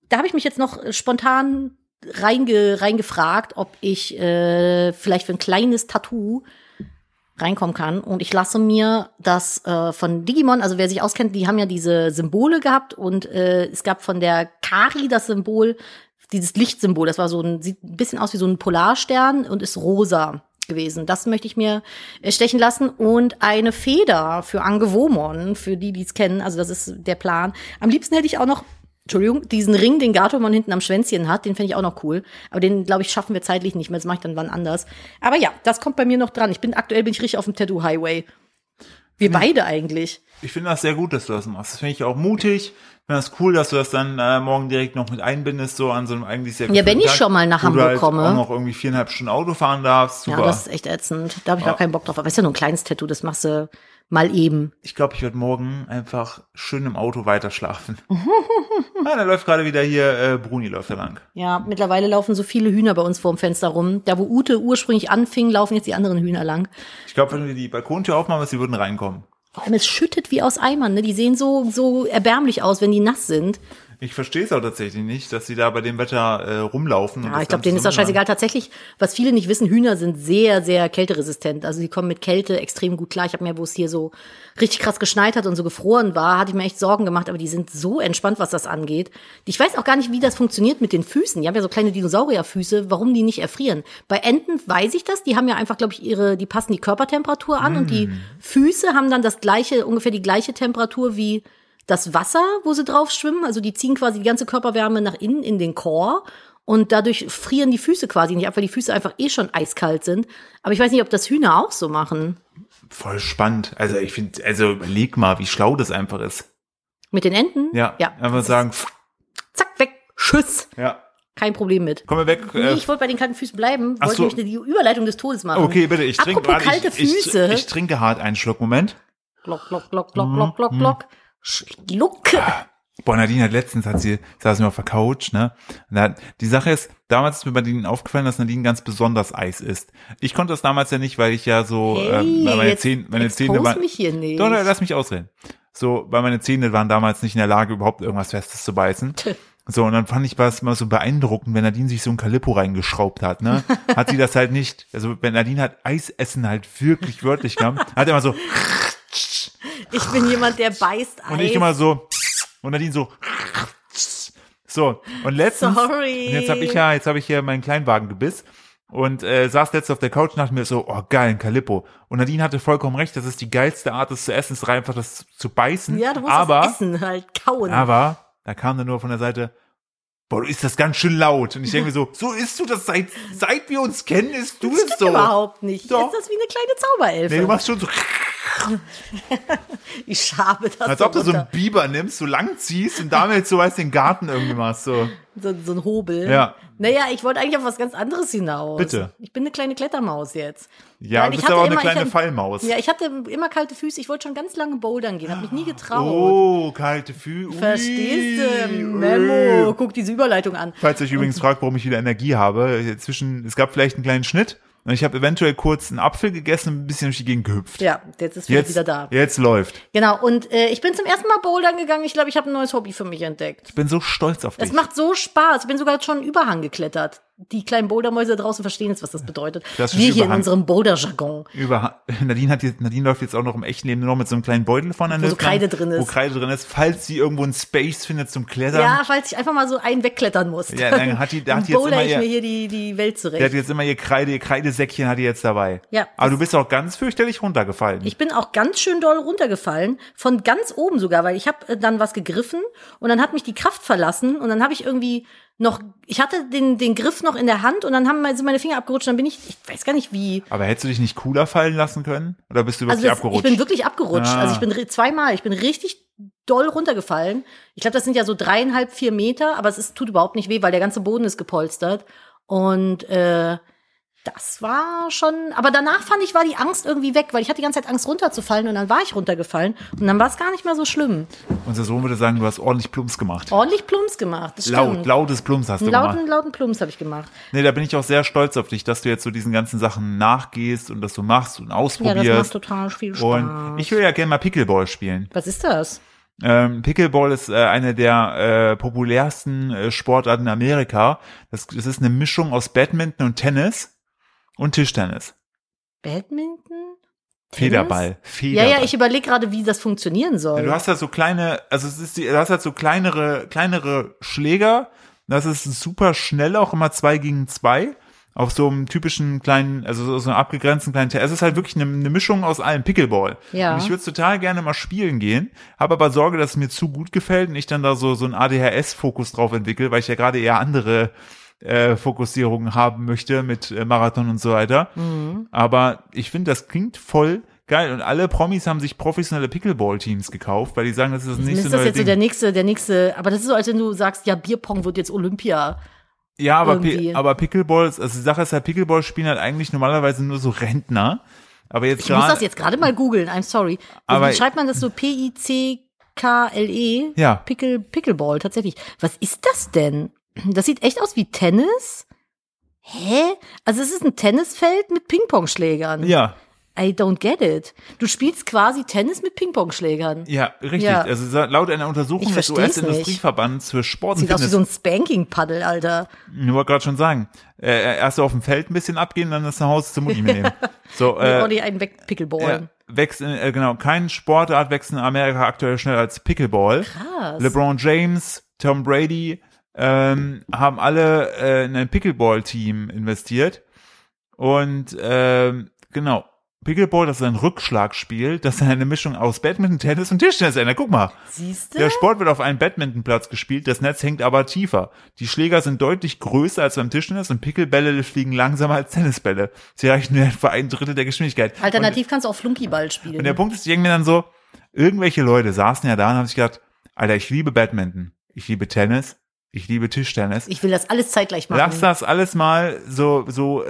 S2: da habe ich mich jetzt noch äh, spontan reinge reingefragt, ob ich äh, vielleicht für ein kleines Tattoo reinkommen kann. Und ich lasse mir das äh, von Digimon, also wer sich auskennt, die haben ja diese Symbole gehabt und äh, es gab von der Kari das Symbol, dieses Lichtsymbol, das war so ein, sieht ein bisschen aus wie so ein Polarstern und ist rosa gewesen. Das möchte ich mir äh, stechen lassen und eine Feder für Angewomon, für die, die es kennen, also das ist der Plan. Am liebsten hätte ich auch noch Entschuldigung, diesen Ring, den Gatomon hinten am Schwänzchen hat, den fände ich auch noch cool. Aber den, glaube ich, schaffen wir zeitlich nicht mehr. Das mache ich dann wann anders. Aber ja, das kommt bei mir noch dran. Ich bin aktuell bin ich richtig auf dem Tattoo Highway. Wir beide eigentlich.
S1: Ich finde das sehr gut, dass du das machst. Das finde ich auch mutig. Ich finde das cool, dass du das dann äh, morgen direkt noch mit einbindest, so an so einem eigentlich sehr
S2: Ja, wenn
S1: guten
S2: ich
S1: Tag,
S2: schon mal nach
S1: wo
S2: Hamburg
S1: du halt
S2: komme.
S1: Auch noch irgendwie viereinhalb Stunden Auto fahren darfst. Super.
S2: Ja, das ist echt ätzend. Da habe ich auch keinen Bock drauf. Aber ist ja nur ein kleines Tattoo, das machst du mal eben.
S1: ich glaube, ich werde morgen einfach schön im Auto weiterschlafen. ah, da läuft gerade wieder hier, äh, Bruni läuft da lang.
S2: Ja, mittlerweile laufen so viele Hühner bei uns vorm Fenster rum. Da, wo Ute ursprünglich anfing, laufen jetzt die anderen Hühner lang.
S1: Ich glaube, wenn wir die Balkontür aufmachen, dass die würden reinkommen.
S2: Vor allem, es schüttet wie aus Eimern. Ne? Die sehen so, so erbärmlich aus, wenn die nass sind.
S1: Ich verstehe es auch tatsächlich nicht, dass sie da bei dem Wetter äh, rumlaufen. und
S2: Ja,
S1: das
S2: ich glaube,
S1: Ganze
S2: denen ist das
S1: so mitmachen.
S2: scheißegal. Tatsächlich, was viele nicht wissen, Hühner sind sehr, sehr kälteresistent. Also die kommen mit Kälte extrem gut klar. Ich habe mir, wo es hier so richtig krass geschneit hat und so gefroren war, hatte ich mir echt Sorgen gemacht. Aber die sind so entspannt, was das angeht. Ich weiß auch gar nicht, wie das funktioniert mit den Füßen. Die haben ja so kleine Dinosaurierfüße, warum die nicht erfrieren. Bei Enten weiß ich das. Die haben ja einfach, glaube ich, ihre, die passen die Körpertemperatur an und die Füße haben dann das gleiche, ungefähr die gleiche Temperatur wie das Wasser, wo sie drauf schwimmen. Also die ziehen quasi die ganze Körperwärme nach innen in den Chor. Und dadurch frieren die Füße quasi nicht ab, weil die Füße einfach eh schon eiskalt sind. Aber ich weiß nicht, ob das Hühner auch so machen.
S1: Voll spannend. Also ich finde, also überleg mal, wie schlau das einfach ist.
S2: Mit den Enten?
S1: Ja,
S2: ja.
S1: einfach sagen, pff,
S2: Zack, weg, Schuss.
S1: ja,
S2: Kein Problem mit.
S1: komm mal weg.
S2: Nee,
S1: äh,
S2: ich wollte bei den kalten Füßen bleiben,
S1: Ach
S2: wollte
S1: so.
S2: nämlich die Überleitung des Todes machen.
S1: okay, bitte, ich trinke
S2: Apropos kalte
S1: ich, ich,
S2: Füße.
S1: ich trinke hart einen Schluck, Moment.
S2: Glock, glock, glock, glock, glock,
S1: Mhm.
S2: glock, glock. Schluck.
S1: Boah, Nadine hat letztens, hat sie, saß mir auf der Couch, ne? Und hat, die Sache ist, damals ist mir bei Nadine aufgefallen, dass Nadine ganz besonders Eis isst. Ich konnte das damals ja nicht, weil ich ja so, ähm, weil meine
S2: jetzt
S1: Zähne, meine Zähne
S2: expose
S1: waren,
S2: mich hier nicht.
S1: Doch, doch, lass mich ausreden. So, weil meine Zähne waren damals nicht in der Lage, überhaupt irgendwas Festes zu beißen. So, und dann fand ich was immer so beeindruckend, wenn Nadine sich so ein Kalippo reingeschraubt hat, ne? Hat sie das halt nicht. Also, wenn Nadine hat Eisessen halt wirklich wörtlich gehabt, hat immer so,
S2: Ich bin jemand, der beißt
S1: und ich
S2: Eis.
S1: immer so, und Nadine so, so. Und letztens,
S2: Sorry.
S1: Und jetzt habe ich ja, jetzt habe ich hier meinen Kleinwagengebiss und äh, saß letztens auf der Couch und dachte mir so, oh geil, ein Kalippo. Und Nadine hatte vollkommen recht, das ist die geilste Art, das zu essen, ist einfach das zu beißen.
S2: ja, du musst
S1: aber,
S2: das essen, halt kauen.
S1: Aber da kam dann nur von der Seite, boah, du isst das ganz schön laut. Und ich denke mir so, so isst du das seit, seit wir uns kennen, isst du
S2: das
S1: es
S2: stimmt
S1: so.
S2: überhaupt nicht.
S1: Doch.
S2: Ist das wie eine kleine Zauberelfe?
S1: Nee, du machst schon so,
S2: ich schabe das
S1: als
S2: so
S1: ob du so einen
S2: runter.
S1: Biber nimmst, so lang ziehst und damit so weißt, den Garten irgendwie machst, so.
S2: So, so ein Hobel.
S1: Ja.
S2: Naja, ich wollte eigentlich auf was ganz anderes hinaus.
S1: Bitte.
S2: Ich bin eine kleine Klettermaus jetzt.
S1: Ja,
S2: Nein,
S1: du
S2: ich
S1: bist
S2: hatte
S1: aber auch eine
S2: immer- ich
S1: kleine
S2: hatte-
S1: Fallmaus.
S2: Ja, ich hatte immer kalte Füße. Ich wollte schon ganz lange bouldern gehen, habe mich nie getraut.
S1: Oh, kalte Füße.
S2: Verstehst du? Memo, guck diese Überleitung an.
S1: Falls ihr euch übrigens fragt, warum ich wieder Energie habe, äh, zwischen, es gab vielleicht einen kleinen Schnitt und ich habe eventuell kurz einen Apfel gegessen und ein bisschen durch die Gegend gehüpft.
S2: Ja, jetzt ist Philipp
S1: jetzt,
S2: wieder da.
S1: jetzt läuft.
S2: Genau, und äh, ich bin zum ersten Mal bouldern gegangen. Ich glaube, ich habe ein neues Hobby für mich entdeckt.
S1: Ich bin so stolz auf dich.
S2: Es macht so Spaß. Ich bin sogar schon einen Überhang geklettert. Die kleinen Bouldermäuse da draußen verstehen jetzt, was das bedeutet. Wir
S1: Klassisch
S2: hier in
S1: Überhang.
S2: unserem Boulder-Jargon.
S1: Über Nadine hat jetzt, Nadine läuft jetzt auch noch im echten Leben nur noch mit so einem kleinen Beutel von der
S2: Wo so
S1: Lippe,
S2: Kreide drin ist.
S1: Wo Kreide drin ist, falls sie irgendwo einen Space findet zum Klettern.
S2: Ja, falls ich einfach mal so einen wegklettern muss.
S1: Ja, dann hat die- da hat die jetzt
S2: bowler
S1: immer
S2: ich
S1: ihr-
S2: mir hier die, die Welt
S1: Der hat
S2: zurecht.
S1: jetzt immer ihr Kreide, ihr Kreidesäckchen hat die jetzt dabei.
S2: Ja.
S1: Aber du bist auch ganz fürchterlich runtergefallen.
S2: Ich bin auch ganz schön doll runtergefallen, von ganz oben sogar, weil ich habe dann was gegriffen und dann hat mich die Kraft verlassen und dann habe ich irgendwie noch, ich hatte den, den Griff noch in der Hand und dann haben meine, sind meine Finger abgerutscht. Dann bin ich, ich weiß gar nicht wie.
S1: Aber hättest du dich nicht cooler fallen lassen können? Oder bist du wirklich
S2: Also das, ich
S1: abgerutscht?
S2: bin wirklich abgerutscht.
S1: Ah.
S2: Also ich bin ri- zweimal, ich bin richtig doll runtergefallen. Ich glaube, das sind ja so dreieinhalb, vier Meter, aber es ist, tut überhaupt nicht weh, weil der ganze Boden ist gepolstert. Und äh, das war schon. Aber danach fand ich, war die Angst irgendwie weg, weil ich hatte die ganze Zeit Angst runterzufallen und dann war ich runtergefallen und dann war es gar nicht mehr so schlimm.
S1: Unser Sohn würde sagen, du hast ordentlich Plumps gemacht.
S2: Ordentlich Plumps gemacht. Das
S1: Laut,
S2: stimmt.
S1: lautes Plumps hast du
S2: Einen
S1: gemacht.
S2: lauten, lauten Plumps habe ich gemacht.
S1: Nee, da bin ich auch sehr stolz auf dich, dass du jetzt so diesen ganzen Sachen nachgehst und das so machst und
S2: Ja, das macht
S1: ausprobierst.
S2: total viel Spaß.
S1: und ich will ja gerne mal Pickleball spielen.
S2: Was ist das?
S1: Ähm, Pickleball ist äh, eine der äh, populärsten äh, Sportarten in Amerika. Das, das ist eine Mischung aus Badminton und Tennis und Tischtennis.
S2: Badminton?
S1: Federball.
S2: Ja,
S1: Federball.
S2: ja, ich überlege gerade, wie das funktionieren soll.
S1: Du hast da so kleine, also es ist, die- du hast halt so kleinere, kleinere Schläger. Das ist super schnell, auch immer zwei gegen zwei. Auf so einem typischen kleinen, also so- so einem abgegrenzten kleinen Ter Es ist halt wirklich eine, eine Mischung aus allem Pickleball.
S2: Ja.
S1: Und ich würde es total gerne mal spielen gehen, habe aber Sorge, dass es mir zu gut gefällt und ich dann da so, so einen ADHS-Fokus drauf entwickle, weil ich ja gerade eher andere äh, Fokussierungen haben möchte mit äh, Marathon und so weiter.
S2: Mhm.
S1: Aber ich finde, das klingt voll geil. Und alle Promis haben sich professionelle Pickleball-Teams gekauft, weil die sagen, das ist das
S2: Mist,
S1: nächste
S2: das ist
S1: neue
S2: jetzt so
S1: Ding.
S2: der nächste, der nächste. Aber das ist so, als wenn du sagst, ja, Bierpong wird jetzt Olympia.
S1: ja, aber, Pi-
S2: irgendwie.
S1: aber Pickleball, ist- also die Sache ist halt, Pickleball spielen halt eigentlich normalerweise nur so Rentner. Aber jetzt
S2: Ich muss das
S1: gerade.
S2: jetzt gerade mal googeln, I'm sorry.
S1: Aber-
S2: Wie schreibt man das so? P-I-C-K-L-E?
S1: Ja.
S2: Pickle, Pickleball, tatsächlich. Was ist das denn? Das sieht echt aus wie Tennis? Hä? Also es ist ein Tennisfeld mit Pingpongschlägern.
S1: Ja,
S2: I don't get it. Du spielst quasi Tennis mit Pingpongschlägern.
S1: ja, richtig.
S2: Ja.
S1: Also sa- laut einer Untersuchung
S2: Ich
S1: des
S2: versteh's nicht.
S1: US-Industrieverbands für Sport und
S2: Sieht aus wie
S1: Fitness.
S2: so ein Spanking-Paddel, Alter.
S1: Ich wollte gerade schon sagen. Äh, erst auf dem Feld ein bisschen abgehen, dann das nach Hause zum Mutti mitnehmen. So,
S2: Äh,
S1: äh,
S2: Ordentlich einen wegpickleball.
S1: Ja, wächst in, äh, genau, kein Sportart wächst in Amerika aktuell schneller als Pickleball.
S2: Krass.
S1: LeBron James, Tom Brady ähm, haben alle äh, in ein Pickleball-Team investiert. Und ähm, genau, Pickleball, das ist ein Rückschlagspiel, das ist eine Mischung aus Badminton, Tennis und Tischtennis. ändert. Guck mal.
S2: Siehst
S1: Der
S2: du?
S1: Sport wird auf einem Badmintonplatz gespielt, das Netz hängt aber tiefer. Die Schläger sind deutlich größer als beim Tischtennis und Pickelbälle fliegen langsamer als Tennisbälle. Sie erreichen nur etwa ein Drittel der Geschwindigkeit. Und-
S2: Alternativ kannst du auch Flunkyball spielen.
S1: und der Punkt ist irgendwie dann so, irgendwelche Leute saßen ja da und haben sich gedacht, Alter, ich liebe Badminton, ich liebe Tennis, ich liebe Tischtennis.
S2: ich will das alles zeitgleich machen.
S1: Lass das alles mal so so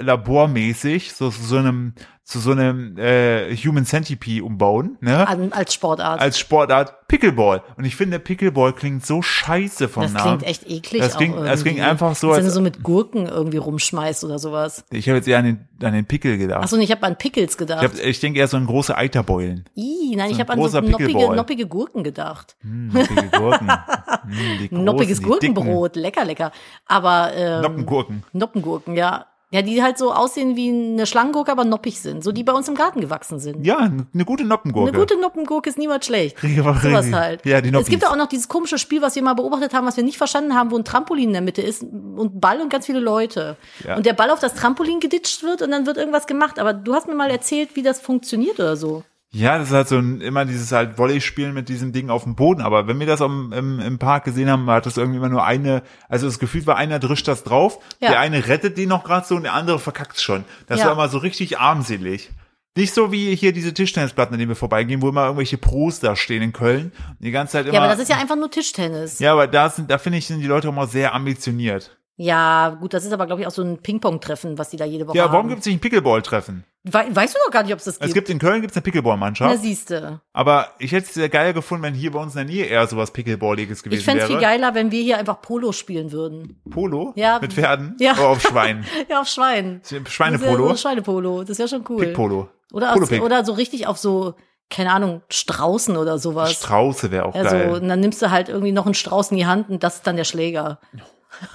S1: labormäßig so zu so einem zu so einem äh, Human Centipede umbauen, ne?
S2: An, als Sportart.
S1: Als Sportart Pickleball. Und ich finde Pickleball klingt so scheiße vom
S2: das
S1: Namen.
S2: klingt echt eklig.
S1: Das
S2: auch
S1: klingt- das
S2: irgendwie.
S1: klingt einfach so,
S2: Als wenn
S1: als-
S2: du so mit Gurken irgendwie rumschmeißt oder sowas.
S1: ich habe jetzt eher an den, an den Pickel gedacht.
S2: Achso, und ich habe an Pickles
S1: ich,
S2: gedacht.
S1: hab, ich denke eher so an große Eiterbeulen.
S2: Ih, nein,
S1: so ein
S2: ich habe an so
S1: großer
S2: noppige,
S1: Pickleball.
S2: noppige Gurken gedacht.
S1: Hm, noppige Gurken. Hm, die großen,
S2: Noppiges
S1: die
S2: Gurkenbrot, lecker, lecker. Aber
S1: dicken
S2: ähm,
S1: Noppengurken.
S2: Noppengurken, ja. Ja, die halt so aussehen wie eine Schlangengurke, aber noppig sind. So die bei uns im Garten gewachsen sind.
S1: Ja, eine gute Noppengurke.
S2: Eine gute Noppengurke ist niemals schlecht.
S1: Richtig, aber
S2: Sowas
S1: richtig.
S2: halt.
S1: Ja, die
S2: es
S1: Noppis.
S2: gibt auch noch dieses komische Spiel, was wir mal beobachtet haben, was wir nicht verstanden haben, wo ein Trampolin in der Mitte ist und Ball und ganz viele Leute.
S1: Ja.
S2: Und der Ball auf das Trampolin geditscht wird und dann wird irgendwas gemacht. Aber du hast mir mal erzählt, wie das funktioniert oder so.
S1: Ja, das ist halt so ein, immer dieses halt Volley-Spielen mit diesem Ding auf dem Boden. Aber wenn wir das im, im, im Park gesehen haben, hat das irgendwie immer nur eine, also das Gefühl war, einer drischt das drauf,
S2: Ja.
S1: der eine rettet den noch gerade so und der andere verkackt schon. Das
S2: Ja.
S1: war immer so richtig armselig. Nicht so wie hier diese Tischtennisplatten, an denen wir vorbeigehen, wo immer irgendwelche Pros da stehen in Köln. Und die ganze Zeit immer.
S2: Ja, aber das ist ja einfach nur Tischtennis. Ja,
S1: Ja, aber da sind, da finde ich, sind die Leute immer sehr ambitioniert.
S2: gut, das ist aber, glaube ich, auch so ein Ping-Pong-Treffen, was die da jede Woche
S1: Ja, warum
S2: haben.
S1: gibt es nicht ein Pickleball-Treffen?
S2: We weißt du doch gar nicht, ob es das gibt.
S1: Es gibt in Köln gibt's eine
S2: Na,
S1: Pickleball-Mannschaft.
S2: siehste.
S1: Aber ich hätte es sehr geil gefunden, wenn hier bei uns in der Nähe eher sowas Pickleball-iges gewesen
S2: Ich fänd's
S1: wäre.
S2: viel geiler, wenn wir hier einfach Polo spielen würden.
S1: Polo?
S2: Ja.
S1: Mit Pferden?
S2: Ja.
S1: Oder Oh, auf Schweinen?
S2: Ja, auf Schwein.
S1: Schweinepolo?
S2: Das ist ja so Schweinepolo, das ist ja schon cool.
S1: Pickpolo.
S2: Oder,
S1: Polo-Pick.
S2: oder so richtig auf so, keine Ahnung, Straußen oder sowas.
S1: Strauße wäre auch
S2: ja, so,
S1: geil.
S2: und dann nimmst du halt irgendwie noch einen Strauß in die Hand und das ist dann der Schläger.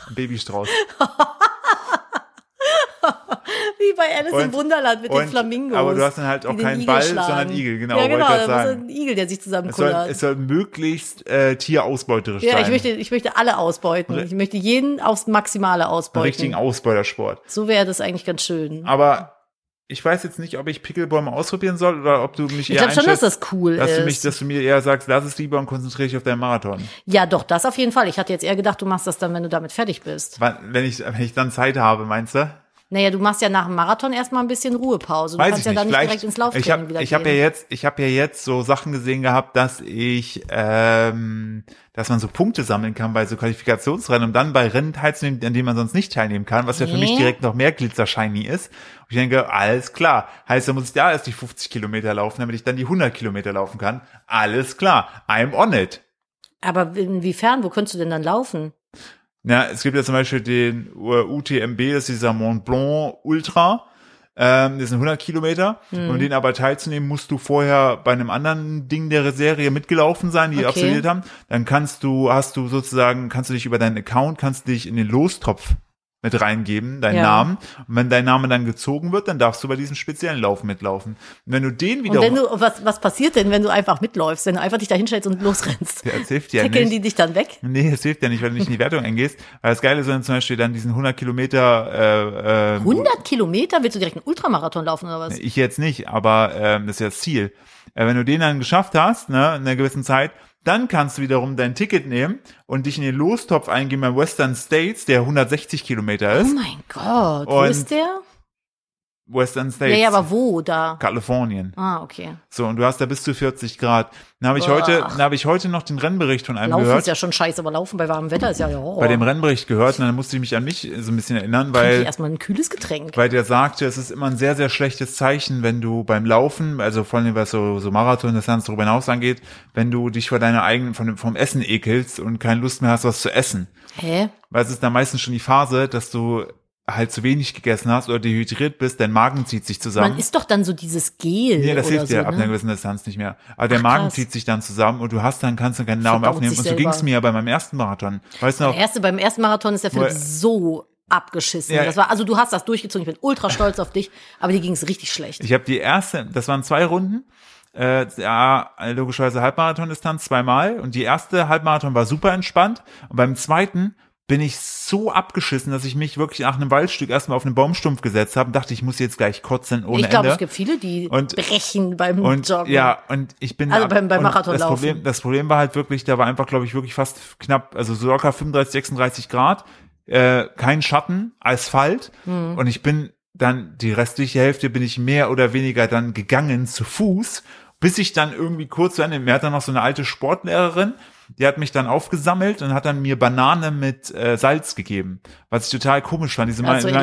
S1: Ein Babystrauß.
S2: Wie bei Alice
S1: Und-
S2: im Wunderland mit den
S1: und-
S2: Flamingos.
S1: aber du hast dann halt auch
S2: die den
S1: keinen
S2: Igel
S1: Ball,
S2: schlagen.
S1: sondern Igel, genau,
S2: Ja,
S1: wollte
S2: genau,
S1: grad
S2: da muss
S1: sagen.
S2: ein Igel, der sich
S1: Es soll,
S2: zusammenkullert.
S1: es soll möglichst äh, tierausbeuterisch
S2: Ja,
S1: sein.
S2: ich möchte, ich möchte alle ausbeuten. Ich möchte jeden aufs Maximale
S1: Einen
S2: ausbeuten.
S1: richtigen Ah. Ausbeutersport.
S2: So wäre das eigentlich ganz schön.
S1: Aber ich weiß jetzt nicht, ob ich Pickleball mal ausprobieren soll oder ob du mich
S2: ich
S1: eher
S2: glaube schon, dass
S1: einschätzt,
S2: das cool
S1: dass
S2: ist.
S1: du, mich, dass du mir eher sagst, lass es lieber und konzentriere dich auf deinen Marathon.
S2: ja, doch, das auf jeden Fall. Ich hatte jetzt eher gedacht, du machst das dann, wenn du damit fertig bist.
S1: Wann- Wenn ich, wenn ich dann Zeit habe, meinst du?
S2: Naja, du machst ja nach dem Marathon erstmal ein bisschen Ruhepause. Du
S1: Weiß ich
S2: kannst
S1: nicht.
S2: ja dann nicht
S1: Vielleicht,
S2: direkt ins
S1: ich
S2: Lauftraining
S1: hab,
S2: wieder
S1: Ich habe ja
S2: gehen.
S1: jetzt, ich habe ja jetzt so Sachen gesehen gehabt, dass ich, ähm, dass man so Punkte sammeln kann bei so Qualifikationsrennen und dann bei Rennen teilzunehmen, an denen man sonst nicht teilnehmen kann, was ja für
S2: Nee.
S1: mich direkt noch mehr glitzershiny ist. Und ich denke, alles klar. Heißt, da muss ich da erst die 50 Kilometer laufen, damit ich dann die 100 Kilometer laufen kann. Alles klar. I'm on it.
S2: Aber inwiefern, wo könntest du denn dann laufen?
S1: Na, es gibt ja zum Beispiel den äh, UTMB, das ist dieser Mont Blanc Ultra. Ähm, das sind 100 Kilometer.
S2: Hm.
S1: Um den aber teilzunehmen, musst du vorher bei einem anderen Ding der Serie mitgelaufen sein, die
S2: Okay.
S1: absolviert haben. Dann kannst du, hast du sozusagen, kannst du dich über deinen Account, kannst du dich in den Lostopf mit reingeben, deinen
S2: Ja.
S1: Namen. Und wenn dein Name dann gezogen wird, dann darfst du bei diesem speziellen Lauf mitlaufen. Und wenn du den
S2: Und
S1: wiederum,
S2: wenn du, was, was passiert denn, wenn du einfach mitläufst, wenn du einfach dich da hinstellst und losrennst?
S1: Ja, das hilft ja
S2: Tackeln
S1: nicht.
S2: die dich dann weg?
S1: Nee, es hilft ja nicht, wenn du nicht in die Wertung eingehst. Weil das Geile ist, wenn du zum Beispiel dann diesen 100 Kilometer, äh, äh,
S2: 100 Kilometer? Willst du direkt einen Ultramarathon laufen oder was?
S1: ich jetzt nicht, aber ähm, das ist ja das Ziel. Äh, wenn du den dann geschafft hast, ne, in einer gewissen Zeit, dann kannst du wiederum dein Ticket nehmen und dich in den Lostopf eingeben bei Western States, der 160 Kilometer
S2: Oh
S1: ist.
S2: mein Gott, wo
S1: Und-
S2: ist der?
S1: Western
S2: Ja,
S1: States,
S2: ja, aber wo da?
S1: Kalifornien.
S2: Ah, okay.
S1: So, und du hast da bis zu 40 Grad. Dann habe ich
S2: Boah.
S1: heute, dann habe ich heute noch den Rennbericht von einem
S2: Laufen
S1: gehört.
S2: ist ja schon scheiße, aber laufen bei warmem Wetter ist ja der Horror.
S1: bei dem Rennbericht gehört und dann musste ich mich an mich so ein bisschen erinnern,
S2: Trink ich
S1: weil,
S2: erstmal ein kühles Getränk.
S1: weil der sagte, es ist immer ein sehr, sehr schlechtes Zeichen, wenn du beim Laufen, also vor allem was so, so Marathon, das Ganze darüber hinaus angeht, wenn du dich vor deiner eigenen, von, dem- vom Essen ekelst und keine Lust mehr hast, was zu essen.
S2: Hä?
S1: Weil es ist dann meistens schon die Phase, dass du halt zu wenig gegessen hast oder dehydriert bist, dein Magen zieht sich zusammen.
S2: Man ist doch dann so dieses Gel.
S1: Nee, das
S2: oder
S1: hilft
S2: so,
S1: dir ab einer
S2: ne?
S1: gewissen Distanz nicht mehr. Aber der Magen
S2: krass.
S1: zieht sich dann zusammen und du hast dann, kannst dann keinen Namen
S2: Verdaut
S1: aufnehmen.
S2: sich
S1: Und so
S2: selber.
S1: ging's mir ja bei meinem ersten Marathon. Weißt du
S2: Der
S1: noch?
S2: erste, beim ersten Marathon ist der Philipp
S1: Weil-
S2: so abgeschissen.
S1: Ja.
S2: Das war, also du hast das durchgezogen, ich bin ultra stolz auf dich, aber dir ging es richtig schlecht.
S1: Ich habe die erste, das waren zwei Runden. Äh, ja, logischerweise Halbmarathon-Distanz zweimal. Und die erste Halbmarathon war super entspannt. Und beim zweiten bin ich so abgeschissen, dass ich mich wirklich nach einem Waldstück erstmal auf einen Baumstumpf gesetzt habe und dachte, ich muss jetzt gleich kotzen ohne
S2: ich glaube,
S1: Ende.
S2: es gibt viele, die
S1: Und-
S2: brechen beim
S1: Und
S2: Joggen.
S1: ja, und ich bin
S2: Mhm. Also
S1: ab-
S2: beim- beim
S1: und
S2: Marathonlaufen.
S1: Das Problem, das Problem war halt wirklich, da war einfach, glaube ich, wirklich fast knapp, also so locker 35, 36 Grad, äh, kein Schatten, Asphalt.
S2: Mhm.
S1: Und ich bin dann die restliche Hälfte bin ich mehr oder weniger dann gegangen zu Fuß, bis ich dann irgendwie kurz zu Ende, mir hat dann noch so eine alte Sportlehrerin, die hat mich dann aufgesammelt und hat dann mir Banane mit äh, Salz gegeben, was ich total komisch fand. Diese
S2: Ja,
S1: mein-
S2: so
S1: die mein-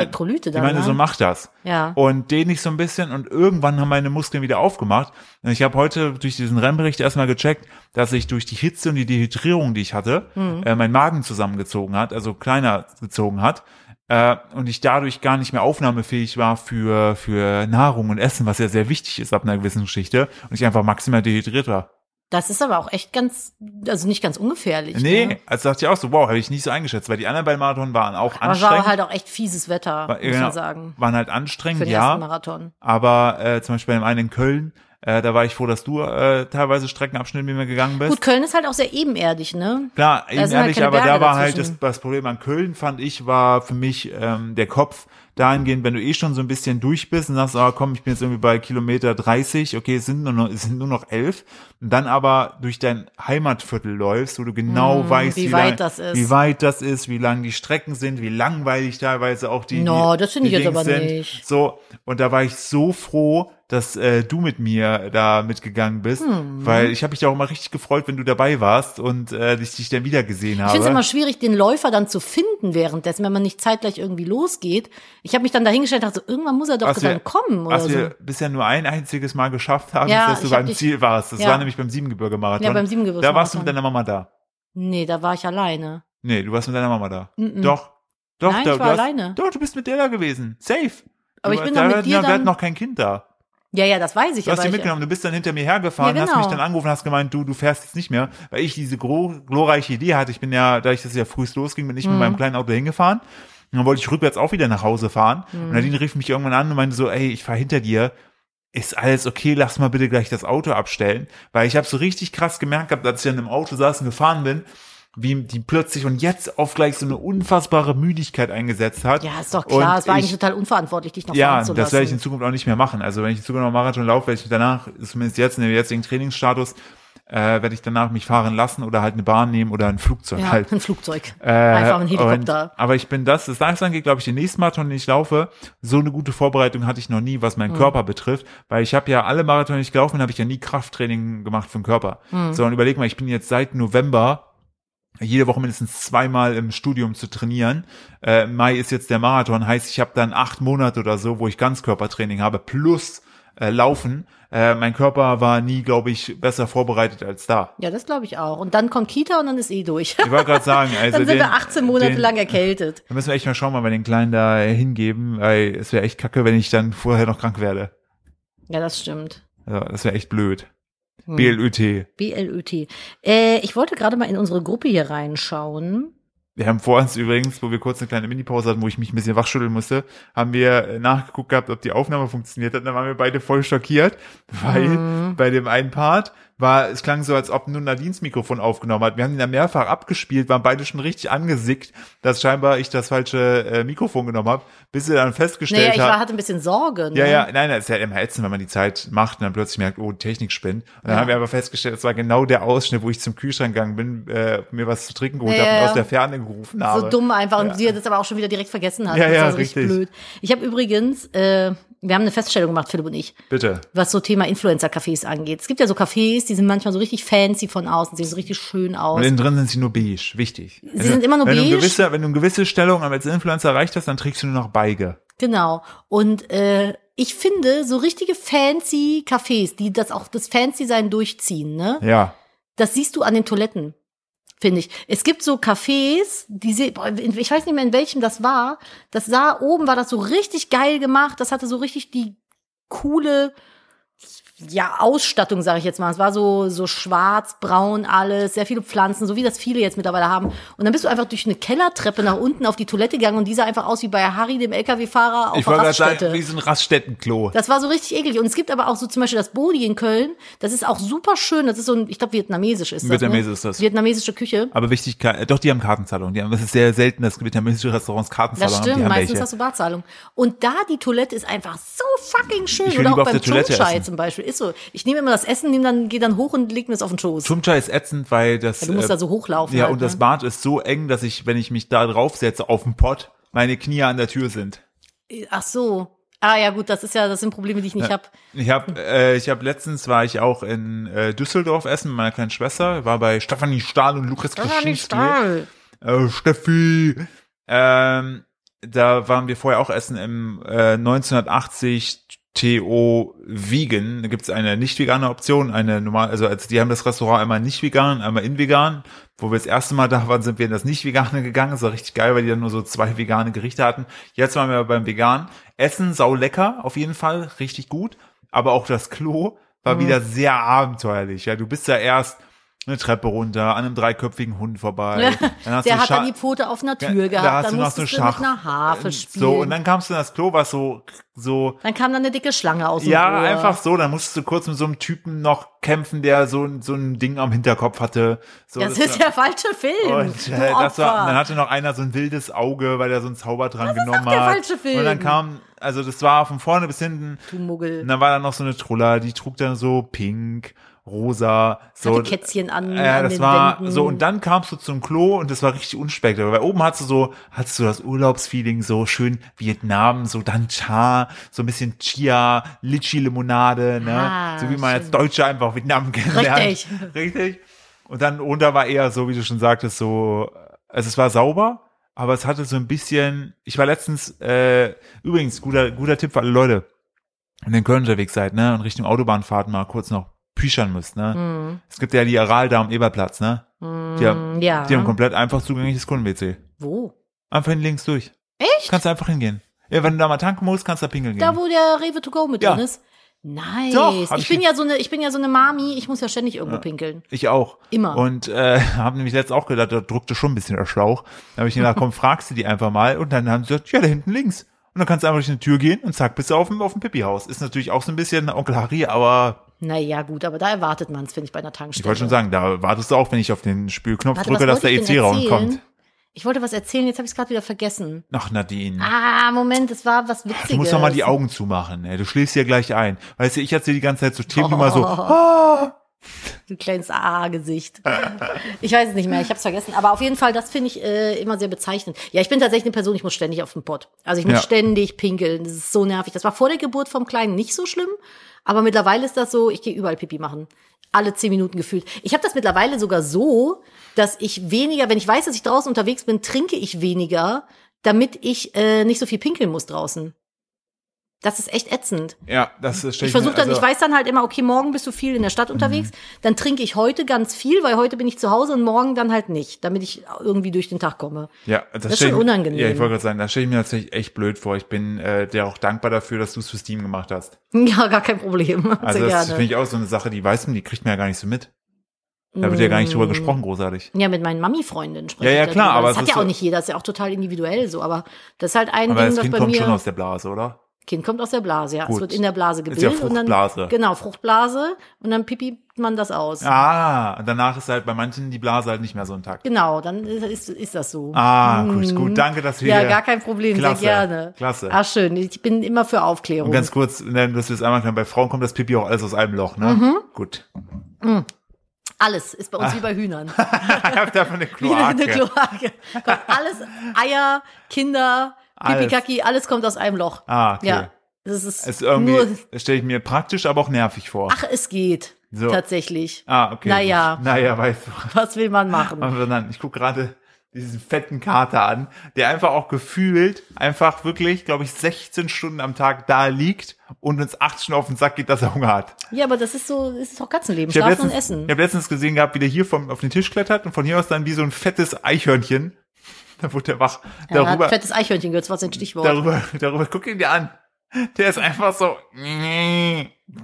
S1: die
S2: Elektrolyte dann,
S1: meine
S2: ne?
S1: so mach das.
S2: Ja.
S1: Und den ich so ein bisschen und irgendwann haben meine Muskeln wieder aufgemacht. Und ich habe heute durch diesen Rennbericht erstmal gecheckt, dass ich durch die Hitze und die Dehydrierung, die ich hatte,
S2: Mhm.
S1: äh, mein Magen zusammengezogen hat, also kleiner gezogen hat. Äh, und ich dadurch gar nicht mehr aufnahmefähig war für, für Nahrung und Essen, was ja sehr wichtig ist ab einer gewissen Geschichte. Und ich einfach maximal dehydriert war.
S2: Das ist aber auch echt ganz, also nicht ganz ungefährlich.
S1: nee,
S2: Ne?
S1: also dachte ich auch so, wow, habe ich nicht so eingeschätzt, weil die anderen beiden Marathon waren auch
S2: Aber es
S1: anstrengend.
S2: war halt auch echt fieses Wetter,
S1: War-
S2: muss
S1: genau,
S2: man sagen.
S1: Waren halt
S2: Für
S1: anstrengend,
S2: den
S1: ja.
S2: ersten Marathon.
S1: Aber äh, zum Beispiel bei dem einen in Köln, äh, da war ich froh, dass du äh, teilweise Streckenabschnitte mit mir gegangen bist.
S2: Gut, Köln ist halt auch sehr ebenerdig, ne?
S1: Klar, eben
S2: sind halt
S1: ehrlich,
S2: keine
S1: aber da
S2: Berge
S1: war halt das,
S2: dazwischen.
S1: das Problem an Köln, fand ich, war für mich ähm, der Kopf dahingehend, wenn du eh schon so ein bisschen durch bist und sagst, ah komm, ich bin jetzt irgendwie bei Kilometer 30, okay, es sind nur noch, es sind nur noch elf, und dann aber durch dein Heimatviertel läufst, wo du genau weißt,
S2: Hm, wie weit
S1: lang,
S2: das ist.
S1: wie weit das ist, wie lang die Strecken sind, wie langweilig teilweise auch die,
S2: No,
S1: die
S2: das finde ich
S1: die
S2: jetzt
S1: Dings
S2: aber
S1: sind.
S2: nicht.
S1: So, und da war ich so froh, dass äh, du mit mir da mitgegangen bist,
S2: Hm,
S1: weil ich habe mich da auch immer richtig gefreut, wenn du dabei warst und äh, ich dich dann wieder gesehen
S2: Ich
S1: habe.
S2: finde es immer schwierig, den Läufer dann zu finden währenddessen, wenn man nicht zeitgleich irgendwie losgeht. Ich habe mich dann dahingestellt und dachte, so, irgendwann muss er doch
S1: was wir,
S2: dann kommen oder
S1: was
S2: so.
S1: wir bisher nur ein einziges Mal geschafft haben,
S2: Ja,
S1: ist, dass du
S2: ich hab
S1: beim
S2: dich-
S1: Ziel warst. Das
S2: ja.
S1: war nämlich beim Siebengebirge-Marathon.
S2: Ja, beim Siebengebirge-Marathon.
S1: Da warst du mit deiner Mama da.
S2: Nee, da war ich alleine.
S1: Nee, du warst mit deiner Mama da.
S2: Mm-mm.
S1: Doch. Doch,
S2: Nein,
S1: da,
S2: ich war
S1: du hast,
S2: alleine.
S1: Doch, du bist mit der da gewesen. Safe.
S2: Aber
S1: du,
S2: ich bin
S1: da wir
S2: doch mit
S1: hatten-
S2: dir
S1: Wir hatten
S2: dann-
S1: noch kein Kind da.
S2: Ja, ja, das weiß ich.
S1: Du hast
S2: aber
S1: dich
S2: ich,
S1: mitgenommen, du bist dann hinter mir hergefahren,
S2: Ja,
S1: hast
S2: genau.
S1: mich dann angerufen, hast gemeint, du, du fährst jetzt nicht mehr, weil ich diese gro- glorreiche Idee hatte. Ich bin ja, da ich das ja frühst losging, bin ich
S2: Mhm.
S1: mit meinem kleinen Auto hingefahren. Und dann wollte ich rückwärts auch wieder nach Hause fahren.
S2: Mhm.
S1: Und Nadine rief mich irgendwann an und meinte so, ey, ich fahr hinter dir. Ist alles okay, lass mal bitte gleich das Auto abstellen. Weil ich habe so richtig krass gemerkt gehabt, als ich dann im Auto saß und gefahren bin, wie die plötzlich und jetzt auf gleich so eine unfassbare Müdigkeit eingesetzt hat.
S2: Ja, ist doch klar.
S1: Und
S2: es war eigentlich
S1: ich-
S2: total unverantwortlich, dich noch
S1: ja,
S2: fahren zu
S1: das werde ich in
S2: lassen.
S1: Zukunft auch nicht mehr machen. Also wenn ich in Zukunft noch Marathon laufe, werde ich danach, zumindest jetzt in dem jetzigen Trainingsstatus, äh, werde ich danach mich fahren lassen oder halt eine Bahn nehmen oder ein Flugzeug
S2: ja,
S1: halt.
S2: ein Flugzeug.
S1: Äh,
S2: Einfach ein Helikopter.
S1: Und, aber ich bin das, das Tages angeht, glaube ich, den nächsten Marathon, den ich laufe, so eine gute Vorbereitung hatte ich noch nie, was meinen
S2: Mhm.
S1: Körper betrifft, weil ich habe ja alle Marathon, die ich gelaufen bin, habe ich ja nie Krafttraining gemacht für den Körper.
S2: Mhm.
S1: So, und überleg mal, ich bin jetzt seit November jede Woche mindestens zweimal im Studium zu trainieren. Äh, im Mai ist jetzt der Marathon, heißt, ich habe dann acht Monate oder so, wo ich Ganzkörpertraining habe, plus äh, Laufen. Äh, mein Körper war nie, glaube ich, besser vorbereitet als da.
S2: ja, das glaube ich auch. Und dann kommt Kita und dann ist eh durch.
S1: Ich wollte gerade sagen, also
S2: dann sind
S1: den,
S2: wir 18 Monate
S1: den,
S2: lang erkältet.
S1: Da müssen wir echt mal schauen, wann wir den Kleinen da hingeben, weil es wäre echt kacke, wenn ich dann vorher noch krank werde.
S2: Ja, das stimmt.
S1: Also, das wäre echt blöd. BLÜT.
S2: Hm. BLÖT. Äh, ich wollte gerade mal in unsere Gruppe hier reinschauen.
S1: Wir haben vor uns übrigens, wo wir kurz eine kleine Minipause hatten, wo ich mich ein bisschen wachschütteln musste, haben wir äh, nachgeguckt gehabt, ob die Aufnahme funktioniert hat. Und dann waren wir beide voll schockiert, weil
S2: Hm.
S1: bei dem einen Part war, es klang so, als ob nun Nadines Mikrofon aufgenommen hat. Wir haben ihn dann mehrfach abgespielt, waren beide schon richtig angesickt, dass scheinbar ich das falsche äh, Mikrofon genommen habe, bis wir dann
S2: Naja,
S1: festgestellt
S2: ich war,
S1: haben.
S2: hatte ein bisschen Sorge. Ne?
S1: Ja, ja, nein, nein, es ist ja immer ätzend, wenn man die Zeit macht und dann plötzlich merkt, oh, die Technik spinnt. Und dann haben wir aber festgestellt, es war genau der Ausschnitt, wo ich zum Kühlschrank gegangen bin, äh, mir was zu trinken geholt
S2: Ja,
S1: habe
S2: ja.
S1: und aus der Ferne gerufen habe.
S2: So dumm einfach und sie hat das aber auch schon wieder direkt vergessen hat.
S1: Ja,
S2: das ist
S1: ja,
S2: also richtig
S1: richtig.
S2: blöd. Ich habe übrigens, äh, wir haben eine Feststellung gemacht, Philipp und ich,
S1: Bitte.
S2: was so Thema Influencer-Cafés angeht. Es gibt ja so Cafés, die sind manchmal so richtig fancy von außen, sehen so richtig schön aus.
S1: Und innen drin sind sie nur beige, wichtig. Sie
S2: sind immer nur
S1: wenn Du
S2: beige?
S1: eine gewisse, wenn du eine gewisse Stellung als Influencer erreicht hast, dann trägst du nur noch Beige.
S2: Genau. Und äh, ich finde, so richtige fancy Cafés, die das auch das Fancy-Sein durchziehen, ne?
S1: Ja.
S2: Das siehst du an den Toiletten, finde ich. Es gibt so Cafés, die se- boah, in- ich weiß nicht mehr in welchem das war. Das sah oben war das so richtig geil gemacht. Das hatte so richtig die coole ja Ausstattung, sage ich jetzt mal. Es war so so schwarz, braun alles, sehr viele Pflanzen, so wie das viele jetzt mittlerweile haben. Und dann bist du einfach durch eine Kellertreppe nach unten auf die Toilette gegangen und die sah einfach aus wie bei Harry dem LKW-Fahrer auf
S1: Ich
S2: der
S1: wollte gerade
S2: Raststätte.
S1: sagen, wie so ein Raststättenklo.
S2: Das war so richtig eklig. Und es gibt aber auch so zum Beispiel das Bodi in Köln. Das ist auch super schön. Das ist so ein, ich glaube, vietnamesisch ist das.
S1: Vietnamesisch
S2: ne?
S1: ist das.
S2: Vietnamesische Küche.
S1: Aber wichtig, äh, doch, die haben Kartenzahlung. Die haben, das ist sehr selten, dass vietnamesische Restaurants
S2: Das
S1: Kartenzahlung haben. Die
S2: stimmt.
S1: haben
S2: Meistens
S1: welche.
S2: hast du Barzahlung. Und da die Toilette ist einfach so fucking schön.
S1: Ich will
S2: Oder
S1: lieber
S2: auch
S1: auf
S2: beim
S1: der Toilette
S2: Chomchai
S1: essen.
S2: zum Beispiel. Ist so. Ich nehme immer das Essen, nehme dann, gehe dann hoch und leg mir es auf den Schoß.
S1: Chumcha ist ätzend, weil das. äh,
S2: du musst da so hochlaufen
S1: Ja,
S2: halt,
S1: und das
S2: ne?
S1: Bad ist so eng, dass ich, wenn ich mich da draufsetze auf den Pott, meine Knie an der Tür sind.
S2: Äh, Ach so. Ah ja, gut, das ist ja, das sind Probleme, die ich nicht hab.
S1: Ich habe äh, ich hab letztens war ich auch in äh, Düsseldorf essen mit meiner kleinen Schwester, war bei Stefanie Stahl und Lukas Krasinski. Äh, Steffi. Ähm, da waren wir vorher auch essen im äh, 1980 TO Vegan. Da gibt's eine nicht vegane Option, eine normal, also als die haben das Restaurant einmal nicht vegan, einmal in vegan. Wo wir das erste Mal da waren, sind wir in das nicht vegane gegangen. Das war richtig geil, weil die dann nur so zwei vegane Gerichte hatten. Jetzt waren wir beim vegan. Essen sau lecker, auf jeden Fall, richtig gut. Aber auch das Klo war wieder sehr abenteuerlich. Ja, du bist ja erst eine Treppe runter, an einem dreiköpfigen Hund vorbei. Dann hast
S2: Der
S1: du
S2: hat
S1: Scha-
S2: dann die Pfote auf einer Tür
S1: ja,
S2: gehabt.
S1: Da hast
S2: dann
S1: du noch so
S2: musstest du
S1: Schach.
S2: mit einer Harfe
S1: äh,
S2: spielen.
S1: So, und dann kamst du in das Klo, was so, so,
S2: Dann kam dann eine dicke Schlange aus dem
S1: ja,
S2: Rohr.
S1: einfach so, dann musstest du kurz mit so einem Typen noch kämpfen, der so, ein- so ein Ding am Hinterkopf hatte. So,
S2: Das ist der falsche Film.
S1: und
S2: du
S1: äh, das war,
S2: Opfer.
S1: dann hatte noch einer so ein wildes Auge, weil er so einen Zauber dran genommen
S2: der
S1: hat.
S2: falsche Film.
S1: Und dann kam, also das war von vorne bis hinten.
S2: Du Muggel.
S1: Und dann war da noch so eine Trulla, die trug dann so pink, rosa, so.
S2: Hatte Kätzchen an-
S1: Ja,
S2: an
S1: das
S2: den
S1: war
S2: Wänden.
S1: so. Und dann kamst du zum Klo und das war richtig unspektakulär. Weil oben hattest du so, hattest du das Urlaubsfeeling, so schön Vietnam, so dann Cha, so ein bisschen Chia, Litschi-Limonade, ne?
S2: Ah,
S1: so wie man als
S2: schön.
S1: Deutsche einfach Vietnam kennenlernt.
S2: Richtig.
S1: Richtig. Und dann runter war eher so, wie du schon sagtest, so, also es war sauber, aber es hatte so ein bisschen, ich war letztens, äh, übrigens, guter, guter Tipp für alle Leute, wenn ihr in Köln unterwegs seid, ne, und Richtung Autobahnfahrt mal kurz noch püschern müsst,
S2: Mhm.
S1: ne.
S2: Mm,
S1: Es gibt ja die Aral da am Eberplatz, ne. Die, haben,
S2: ja.
S1: die haben komplett einfach zugängliches Kunden-WC.
S2: Wo?
S1: Einfach hin links durch.
S2: Echt?
S1: Kannst einfach hingehen. Ja, wenn du da mal tanken musst, kannst du da pinkeln
S2: Da,
S1: gehen.
S2: wo der Rewe to go mit
S1: Ja.
S2: drin ist? Nice.
S1: Doch, hab
S2: ich
S1: ich
S2: bin
S1: ge-
S2: ja so eine, ich bin ja so eine Mami, ich muss ja ständig irgendwo pinkeln.
S1: Ich auch.
S2: Immer.
S1: Und äh, habe nämlich letztens auch gedacht, da druckte schon ein bisschen der Schlauch. Da habe ich gedacht, komm, fragst du die einfach mal. Und dann haben sie gesagt, ja, da hinten links. Und dann kannst du einfach durch eine Tür gehen und zack, bist du auf dem, auf dem Pipi-Haus. Ist natürlich auch so ein bisschen Onkel Harry, aber
S2: Naja, gut, aber da erwartet man es, finde ich, bei einer Tankstelle.
S1: ich wollte schon sagen, da wartest du auch, wenn ich auf den Spülknopf
S2: Also. Warte,
S1: drücke,
S2: was
S1: dass E der
S2: wollte ich denn
S1: EC rauskommt.
S2: erzählen? Ich wollte was erzählen, jetzt habe ich es gerade wieder vergessen.
S1: Ach, Nadine.
S2: Ah, Moment, es war was Witziges.
S1: Du musst doch mal die Augen zumachen, ey. Du schläfst hier gleich ein. Weißt du, ich erzähle die ganze Zeit so Themen, immer so,
S2: Oh. Ein kleines AA-Gesicht. Ich weiß es nicht mehr, ich habe es vergessen. Aber auf jeden Fall, das finde ich äh, immer sehr bezeichnend. Ja, ich bin tatsächlich eine Person, ich muss ständig auf den Pott. Also ich muss
S1: Ja.
S2: ständig pinkeln. Das ist so nervig. Das war vor der Geburt vom Kleinen nicht so schlimm. Aber mittlerweile ist das so, ich gehe überall Pipi machen. Alle zehn Minuten gefühlt. Ich habe das mittlerweile sogar so, dass ich weniger, wenn ich weiß, dass ich draußen unterwegs bin, trinke ich weniger, damit ich äh, nicht so viel pinkeln muss draußen. Das ist echt ätzend.
S1: ja, das ist
S2: Ich versuche
S1: also
S2: dann, ich weiß dann halt immer, okay, morgen bist du viel in der Stadt unterwegs,
S1: Mhm.
S2: dann trinke ich heute ganz viel, weil heute bin ich zu Hause und morgen dann halt nicht, damit ich irgendwie durch den Tag komme.
S1: Ja, das,
S2: ist
S1: stell ich
S2: schon
S1: mir-
S2: unangenehm.
S1: Ja, ich wollte gerade sagen, das stelle ich mir tatsächlich echt blöd vor. Ich bin äh, dir auch dankbar dafür, dass du es für Steam gemacht hast.
S2: Ja, gar kein Problem.
S1: Also
S2: Sehr
S1: das
S2: gerne.
S1: finde ich auch so eine Sache, die weiß man, die kriegt man ja gar nicht so mit. Da wird ja gar nicht
S2: Mm.
S1: drüber gesprochen, großartig.
S2: Ja, mit meinen Mami-Freundinnen spreche
S1: Ja, ja,
S2: ich
S1: klar,
S2: darüber.
S1: aber
S2: das
S1: es
S2: hat
S1: ist
S2: ja auch
S1: so-
S2: nicht jeder, das ist ja auch total individuell so, aber das ist halt ein
S1: Aber
S2: Ding,
S1: das
S2: das
S1: Kind
S2: bei
S1: kommt
S2: mir
S1: schon aus der Blase, oder?
S2: Kind kommt aus der Blase, ja,
S1: Gut.
S2: es wird in der Blase
S1: Ist ja
S2: gebildet und dann
S1: Fruchtblase.
S2: genau, Fruchtblase und dann pipi man das aus.
S1: Ah, und danach ist halt bei manchen die Blase halt nicht mehr so intakt.
S2: Genau, dann ist, ist das so. Mhm.
S1: Ah, gut, gut. Danke, dass wir
S2: ja,
S1: hier-
S2: gar kein Problem,
S1: Klasse,
S2: sehr gerne.
S1: klasse.
S2: Ah, schön. Ich bin immer für Aufklärung.
S1: Und ganz kurz, ne, dass wir es einmal klären, bei Frauen kommt das Pipi auch alles aus einem Loch, ne?
S2: Mhm.
S1: Gut.
S2: alles ist bei uns
S1: Ah.
S2: wie bei Hühnern.
S1: Ich hab davon eine
S2: Wie eine, eine
S1: Kloake.
S2: Kloake. Kommt alles, Eier, Kinder,
S1: Alles.
S2: Pipikaki, alles kommt aus einem Loch.
S1: Ah, okay.
S2: Ja. Das ist,
S1: Ist
S2: nur,
S1: irgendwie, stelle ich mir praktisch, aber auch nervig vor.
S2: ach, es geht.
S1: So.
S2: Tatsächlich.
S1: ah, okay. Ah.
S2: Naja.
S1: Naja, weißt du.
S2: Was will man machen?
S1: Aber nein, ich gucke gerade diesen fetten Kater an, der einfach auch gefühlt einfach wirklich, glaube ich, 16 Stunden am Tag da liegt und uns acht Stunden auf den Sack geht, dass er Hunger hat.
S2: Ja, aber das ist so, das ist doch Katzenleben.
S1: Ich habe
S2: Schlafen und
S1: letztens,
S2: Essen.
S1: ich hab letztens gesehen gehabt, wie der hier vom, auf den Tisch klettert und von hier aus dann wie so ein fettes Eichhörnchen. Da wurde er wach.
S2: Ja, hat
S1: darüber,
S2: fettes Eichhörnchen gehört, das war sein Stichwort.
S1: darüber, darüber, guck ihn dir an. Der ist einfach so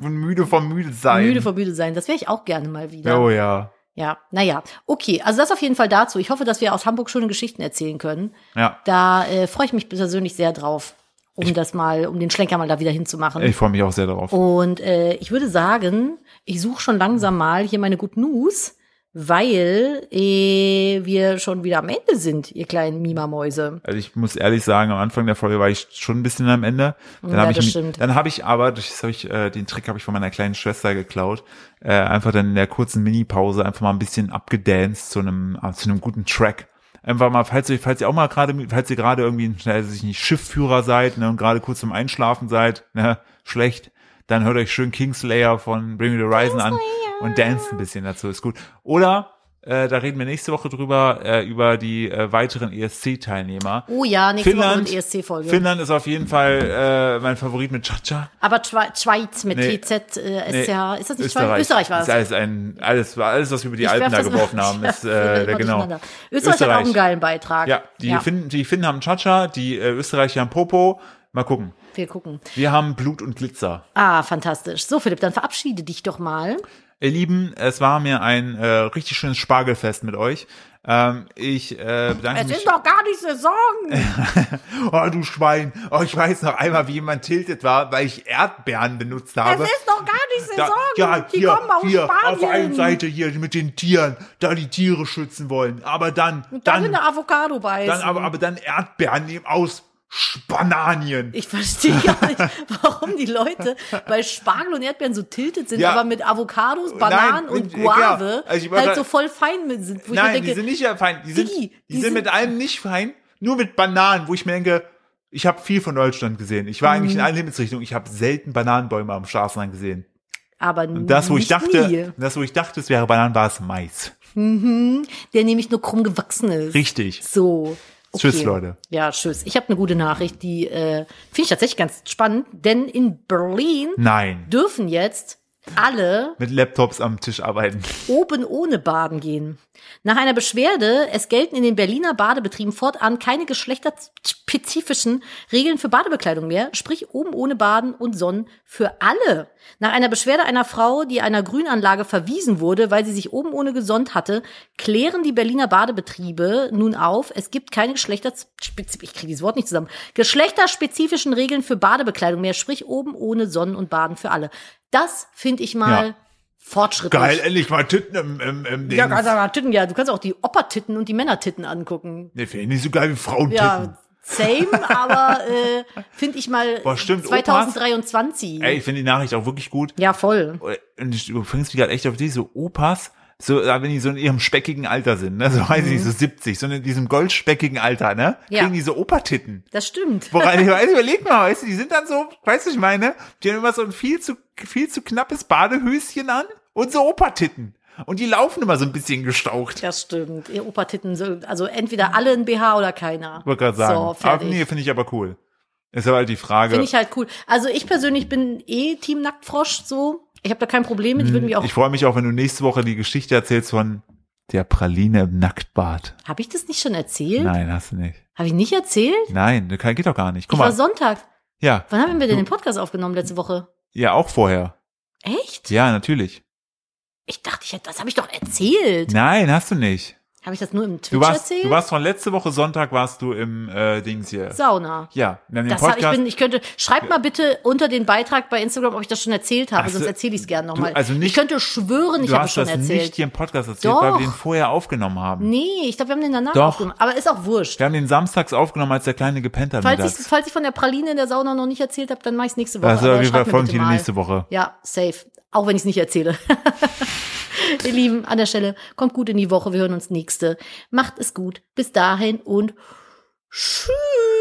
S1: müde vom müde sein.
S2: Müde verbüdet sein. Das wäre ich auch gerne mal wieder.
S1: Oh ja.
S2: Ja, naja. Okay, also das auf jeden Fall dazu. Ich hoffe, dass wir aus Hamburg schöne Geschichten erzählen können.
S1: Ja.
S2: Da äh, freue ich mich persönlich sehr drauf, um das mal, um den Schlenker mal da wieder hinzumachen.
S1: Ich freue mich auch sehr darauf.
S2: Und äh, ich würde sagen, ich suche schon langsam mal hier meine Good News, weil äh, wir schon wieder am Ende sind, ihr kleinen Mima-Mäuse.
S1: Also ich muss ehrlich sagen, am Anfang der Folge war ich schon ein bisschen am Ende. Dann
S2: Ja,
S1: habe ich,
S2: das
S1: mich-
S2: stimmt.
S1: dann habe ich aber, durch- das habe ich, äh, den Trick habe ich von meiner kleinen Schwester geklaut, äh, einfach dann in der kurzen Mini-Pause einfach mal ein bisschen abgedanced zu einem, äh, zu einem guten Track. Einfach mal, falls ihr, falls ihr auch mal gerade, falls ihr gerade irgendwie, also sich nicht Schiffführer seid, ne, und gerade kurz zum Einschlafen seid, ne, schlecht, dann hört euch schön Kingslayer von Bring Me the Horizon an und dance ein bisschen dazu, ist gut. Oder, äh, da reden wir nächste Woche drüber, äh, über die äh, weiteren ESC-Teilnehmer.
S2: Oh ja, nächste Woche mit ESC-Folge.
S1: Finnland ist auf jeden Fall äh, mein Favorit mit Chacha.
S2: Aber Schwe- Schweiz mit
S1: Nee.
S2: TZ, äh,
S1: Nee,
S2: SCH, ist das nicht Schweiz? Österreich war
S1: das.
S2: das.
S1: Ist alles, ein, alles, war alles, was wir über die
S2: Ich
S1: Alpen
S2: werf
S1: da
S2: das immer-
S1: geworfen haben,
S2: ich
S1: ist
S2: werf das
S1: äh,
S2: immer
S1: der, genau.
S2: durcheinander. Österreich, hat auch einen geilen Beitrag.
S1: Ja, die, Finnen, die Finnen haben Chacha, die äh, Österreicher haben Popo. Mal gucken.
S2: wir gucken.
S1: Wir haben Blut und Glitzer.
S2: Ah, fantastisch. So, Philipp, dann verabschiede dich doch mal.
S1: Ihr Lieben, es war mir ein äh, richtig schönes Spargelfest mit euch. Ähm, ich äh, bedanke
S2: Es
S1: mich.
S2: ist doch gar nicht Saison.
S1: Oh, du Schwein. Oh, ich weiß noch einmal, wie jemand tiltet war, weil ich Erdbeeren benutzt
S2: Es
S1: habe.
S2: ist doch gar nicht Saison.
S1: ja,
S2: die
S1: hier,
S2: kommen aus
S1: hier,
S2: Spanien.
S1: auf der einen Seite hier mit den Tieren, da die Tiere schützen wollen. Aber dann,
S2: Dann,
S1: dann,
S2: eine Avocado beißen.
S1: dann aber, aber dann Erdbeeren nehmen aus Spananien.
S2: ich verstehe gar nicht, warum die Leute bei Spargel und Erdbeeren so tiltet sind,
S1: Ja.
S2: aber mit Avocados, Bananen
S1: Nein,
S2: und
S1: mit- ja,
S2: Guave
S1: also ich wollte
S2: halt
S1: sagen-
S2: so voll fein mit sind. Wo
S1: Nein,
S2: ich mir
S1: die sind
S2: denke,
S1: nicht ja fein. Die sind,
S2: Digi,
S1: die
S2: die
S1: sind
S2: sind-
S1: mit allem nicht fein, nur mit Bananen, wo ich mir denke, ich habe viel von Deutschland gesehen. Ich war eigentlich in
S2: Mhm.
S1: allen Himmelsrichtungen. Ich habe selten Bananenbäume am Straßenrand gesehen.
S2: aber
S1: Und das, wo ich
S2: nicht Mhm, nie.
S1: dachte, das, wo ich dachte, es wäre Bananen, war es Mais.
S2: der nämlich nur krumm gewachsen ist.
S1: Richtig.
S2: So.
S1: Tschüss, Leute.
S2: Ja, tschüss. Ich habe eine gute Nachricht, die äh, finde ich tatsächlich ganz spannend, denn in Berlin
S1: Nein.
S2: dürfen jetzt alle
S1: Mit Laptops am Tisch arbeiten.
S2: oben ohne baden gehen. Nach einer Beschwerde, es gelten in den Berliner Badebetrieben fortan keine geschlechterspezifischen Regeln für Badebekleidung mehr, sprich oben ohne Baden und Sonnen für alle. Nach einer Beschwerde einer Frau, die einer Grünanlage verwiesen wurde, weil sie sich oben ohne gesonnt hatte, klären die Berliner Badebetriebe nun auf, es gibt keine geschlechterspezifischen, ich kriege dieses Wort nicht zusammen, geschlechterspezifischen Regeln für Badebekleidung mehr, sprich oben ohne Sonnen und Baden für alle. Das finde ich mal
S1: Ja.
S2: fortschrittlich.
S1: Geil, endlich mal Titten im, im, im Ding.
S2: Ja, also kannst aber Titten, ja, du kannst auch die Opertitten und die Männertitten angucken.
S1: Nee, finde ich nicht so geil wie Frauentitten.
S2: Ja, same, aber äh, finde ich mal
S1: Boah, stimmt,
S2: 2023.
S1: Ey, ich finde die Nachricht auch wirklich gut.
S2: Ja, voll.
S1: Und ich bringst mich gerade echt auf die, so Opas, so, wenn die so in ihrem speckigen Alter sind, ne, so weiß ich nicht, so 70, so in diesem goldspeckigen Alter, ne,
S2: Mhm. Ja.
S1: kriegen die so Opertitten.
S2: Das stimmt.
S1: Woran ich weiß, überleg mal, weißt du, die sind dann so, weißt du, ich meine, die haben immer so ein viel zu, viel zu knappes Badehöschen an und so Opertitten. Und die laufen immer so ein bisschen gestaucht.
S2: Das stimmt. Ihr Opertitten, so- also entweder alle ein BH oder keiner.
S1: Wollte gerade sagen.
S2: So,
S1: aber
S2: fertig.
S1: nee, finde ich aber cool. Ist aber halt die Frage.
S2: Finde ich halt cool. Also ich persönlich bin eh Team Nacktfrosch, so. Ich habe da kein Problem mit. Ich würde mich auch.
S1: Hm, Ich freue mich auch, wenn du nächste Woche die Geschichte erzählst von der Praline im Nacktbad.
S2: Habe ich das nicht schon erzählt?
S1: Nein, hast du nicht.
S2: Habe ich nicht erzählt?
S1: Nein, das kann- geht doch gar nicht. Guck
S2: Ich war
S1: mal.
S2: Sonntag.
S1: Ja,
S2: Wann haben wir denn
S1: Du-
S2: den Podcast aufgenommen letzte Woche?
S1: ja, auch vorher.
S2: Echt?
S1: Ja, natürlich.
S2: Ich dachte, ich hätte, das habe ich doch erzählt.
S1: Nein, hast du nicht.
S2: Habe ich das nur im Twitch
S1: Du warst,
S2: erzählt?
S1: du warst von letzte Woche Sonntag warst du im äh, Dings hier.
S2: Sauna.
S1: Ja, wir haben den
S2: Das hat,
S1: Podcast.
S2: ich, bin, ich könnte, schreibt mal bitte unter den Beitrag bei Instagram, ob ich das schon erzählt habe,
S1: Ach so,
S2: sonst erzähle ich es gerne nochmal.
S1: du- also nicht-
S2: ich könnte schwören, ich
S1: du
S2: habe es
S1: hast
S2: schon
S1: das
S2: erzählt.
S1: nicht hier im Podcast erzählt, weil wir
S2: Doch.
S1: den vorher aufgenommen haben.
S2: Nee, ich glaube, wir haben den danach
S1: Doch.
S2: aufgenommen. Aber ist auch wurscht.
S1: Wir haben den samstags aufgenommen, als der kleine gepennt hat
S2: falls, ich,
S1: mittags.
S2: falls ich von der Praline in der Sauna noch nicht erzählt habe, dann mache ich es nächste Woche.
S1: Also wir
S2: Aber schreibt mir
S1: verfolgen
S2: bitte
S1: die
S2: mal.
S1: nächste Woche.
S2: Ja, safe. Auch wenn ich es nicht erzähle. Ihr Lieben, an der Stelle, kommt gut in die Woche. Wir hören uns nächste. Macht es gut. Bis dahin und tschüss.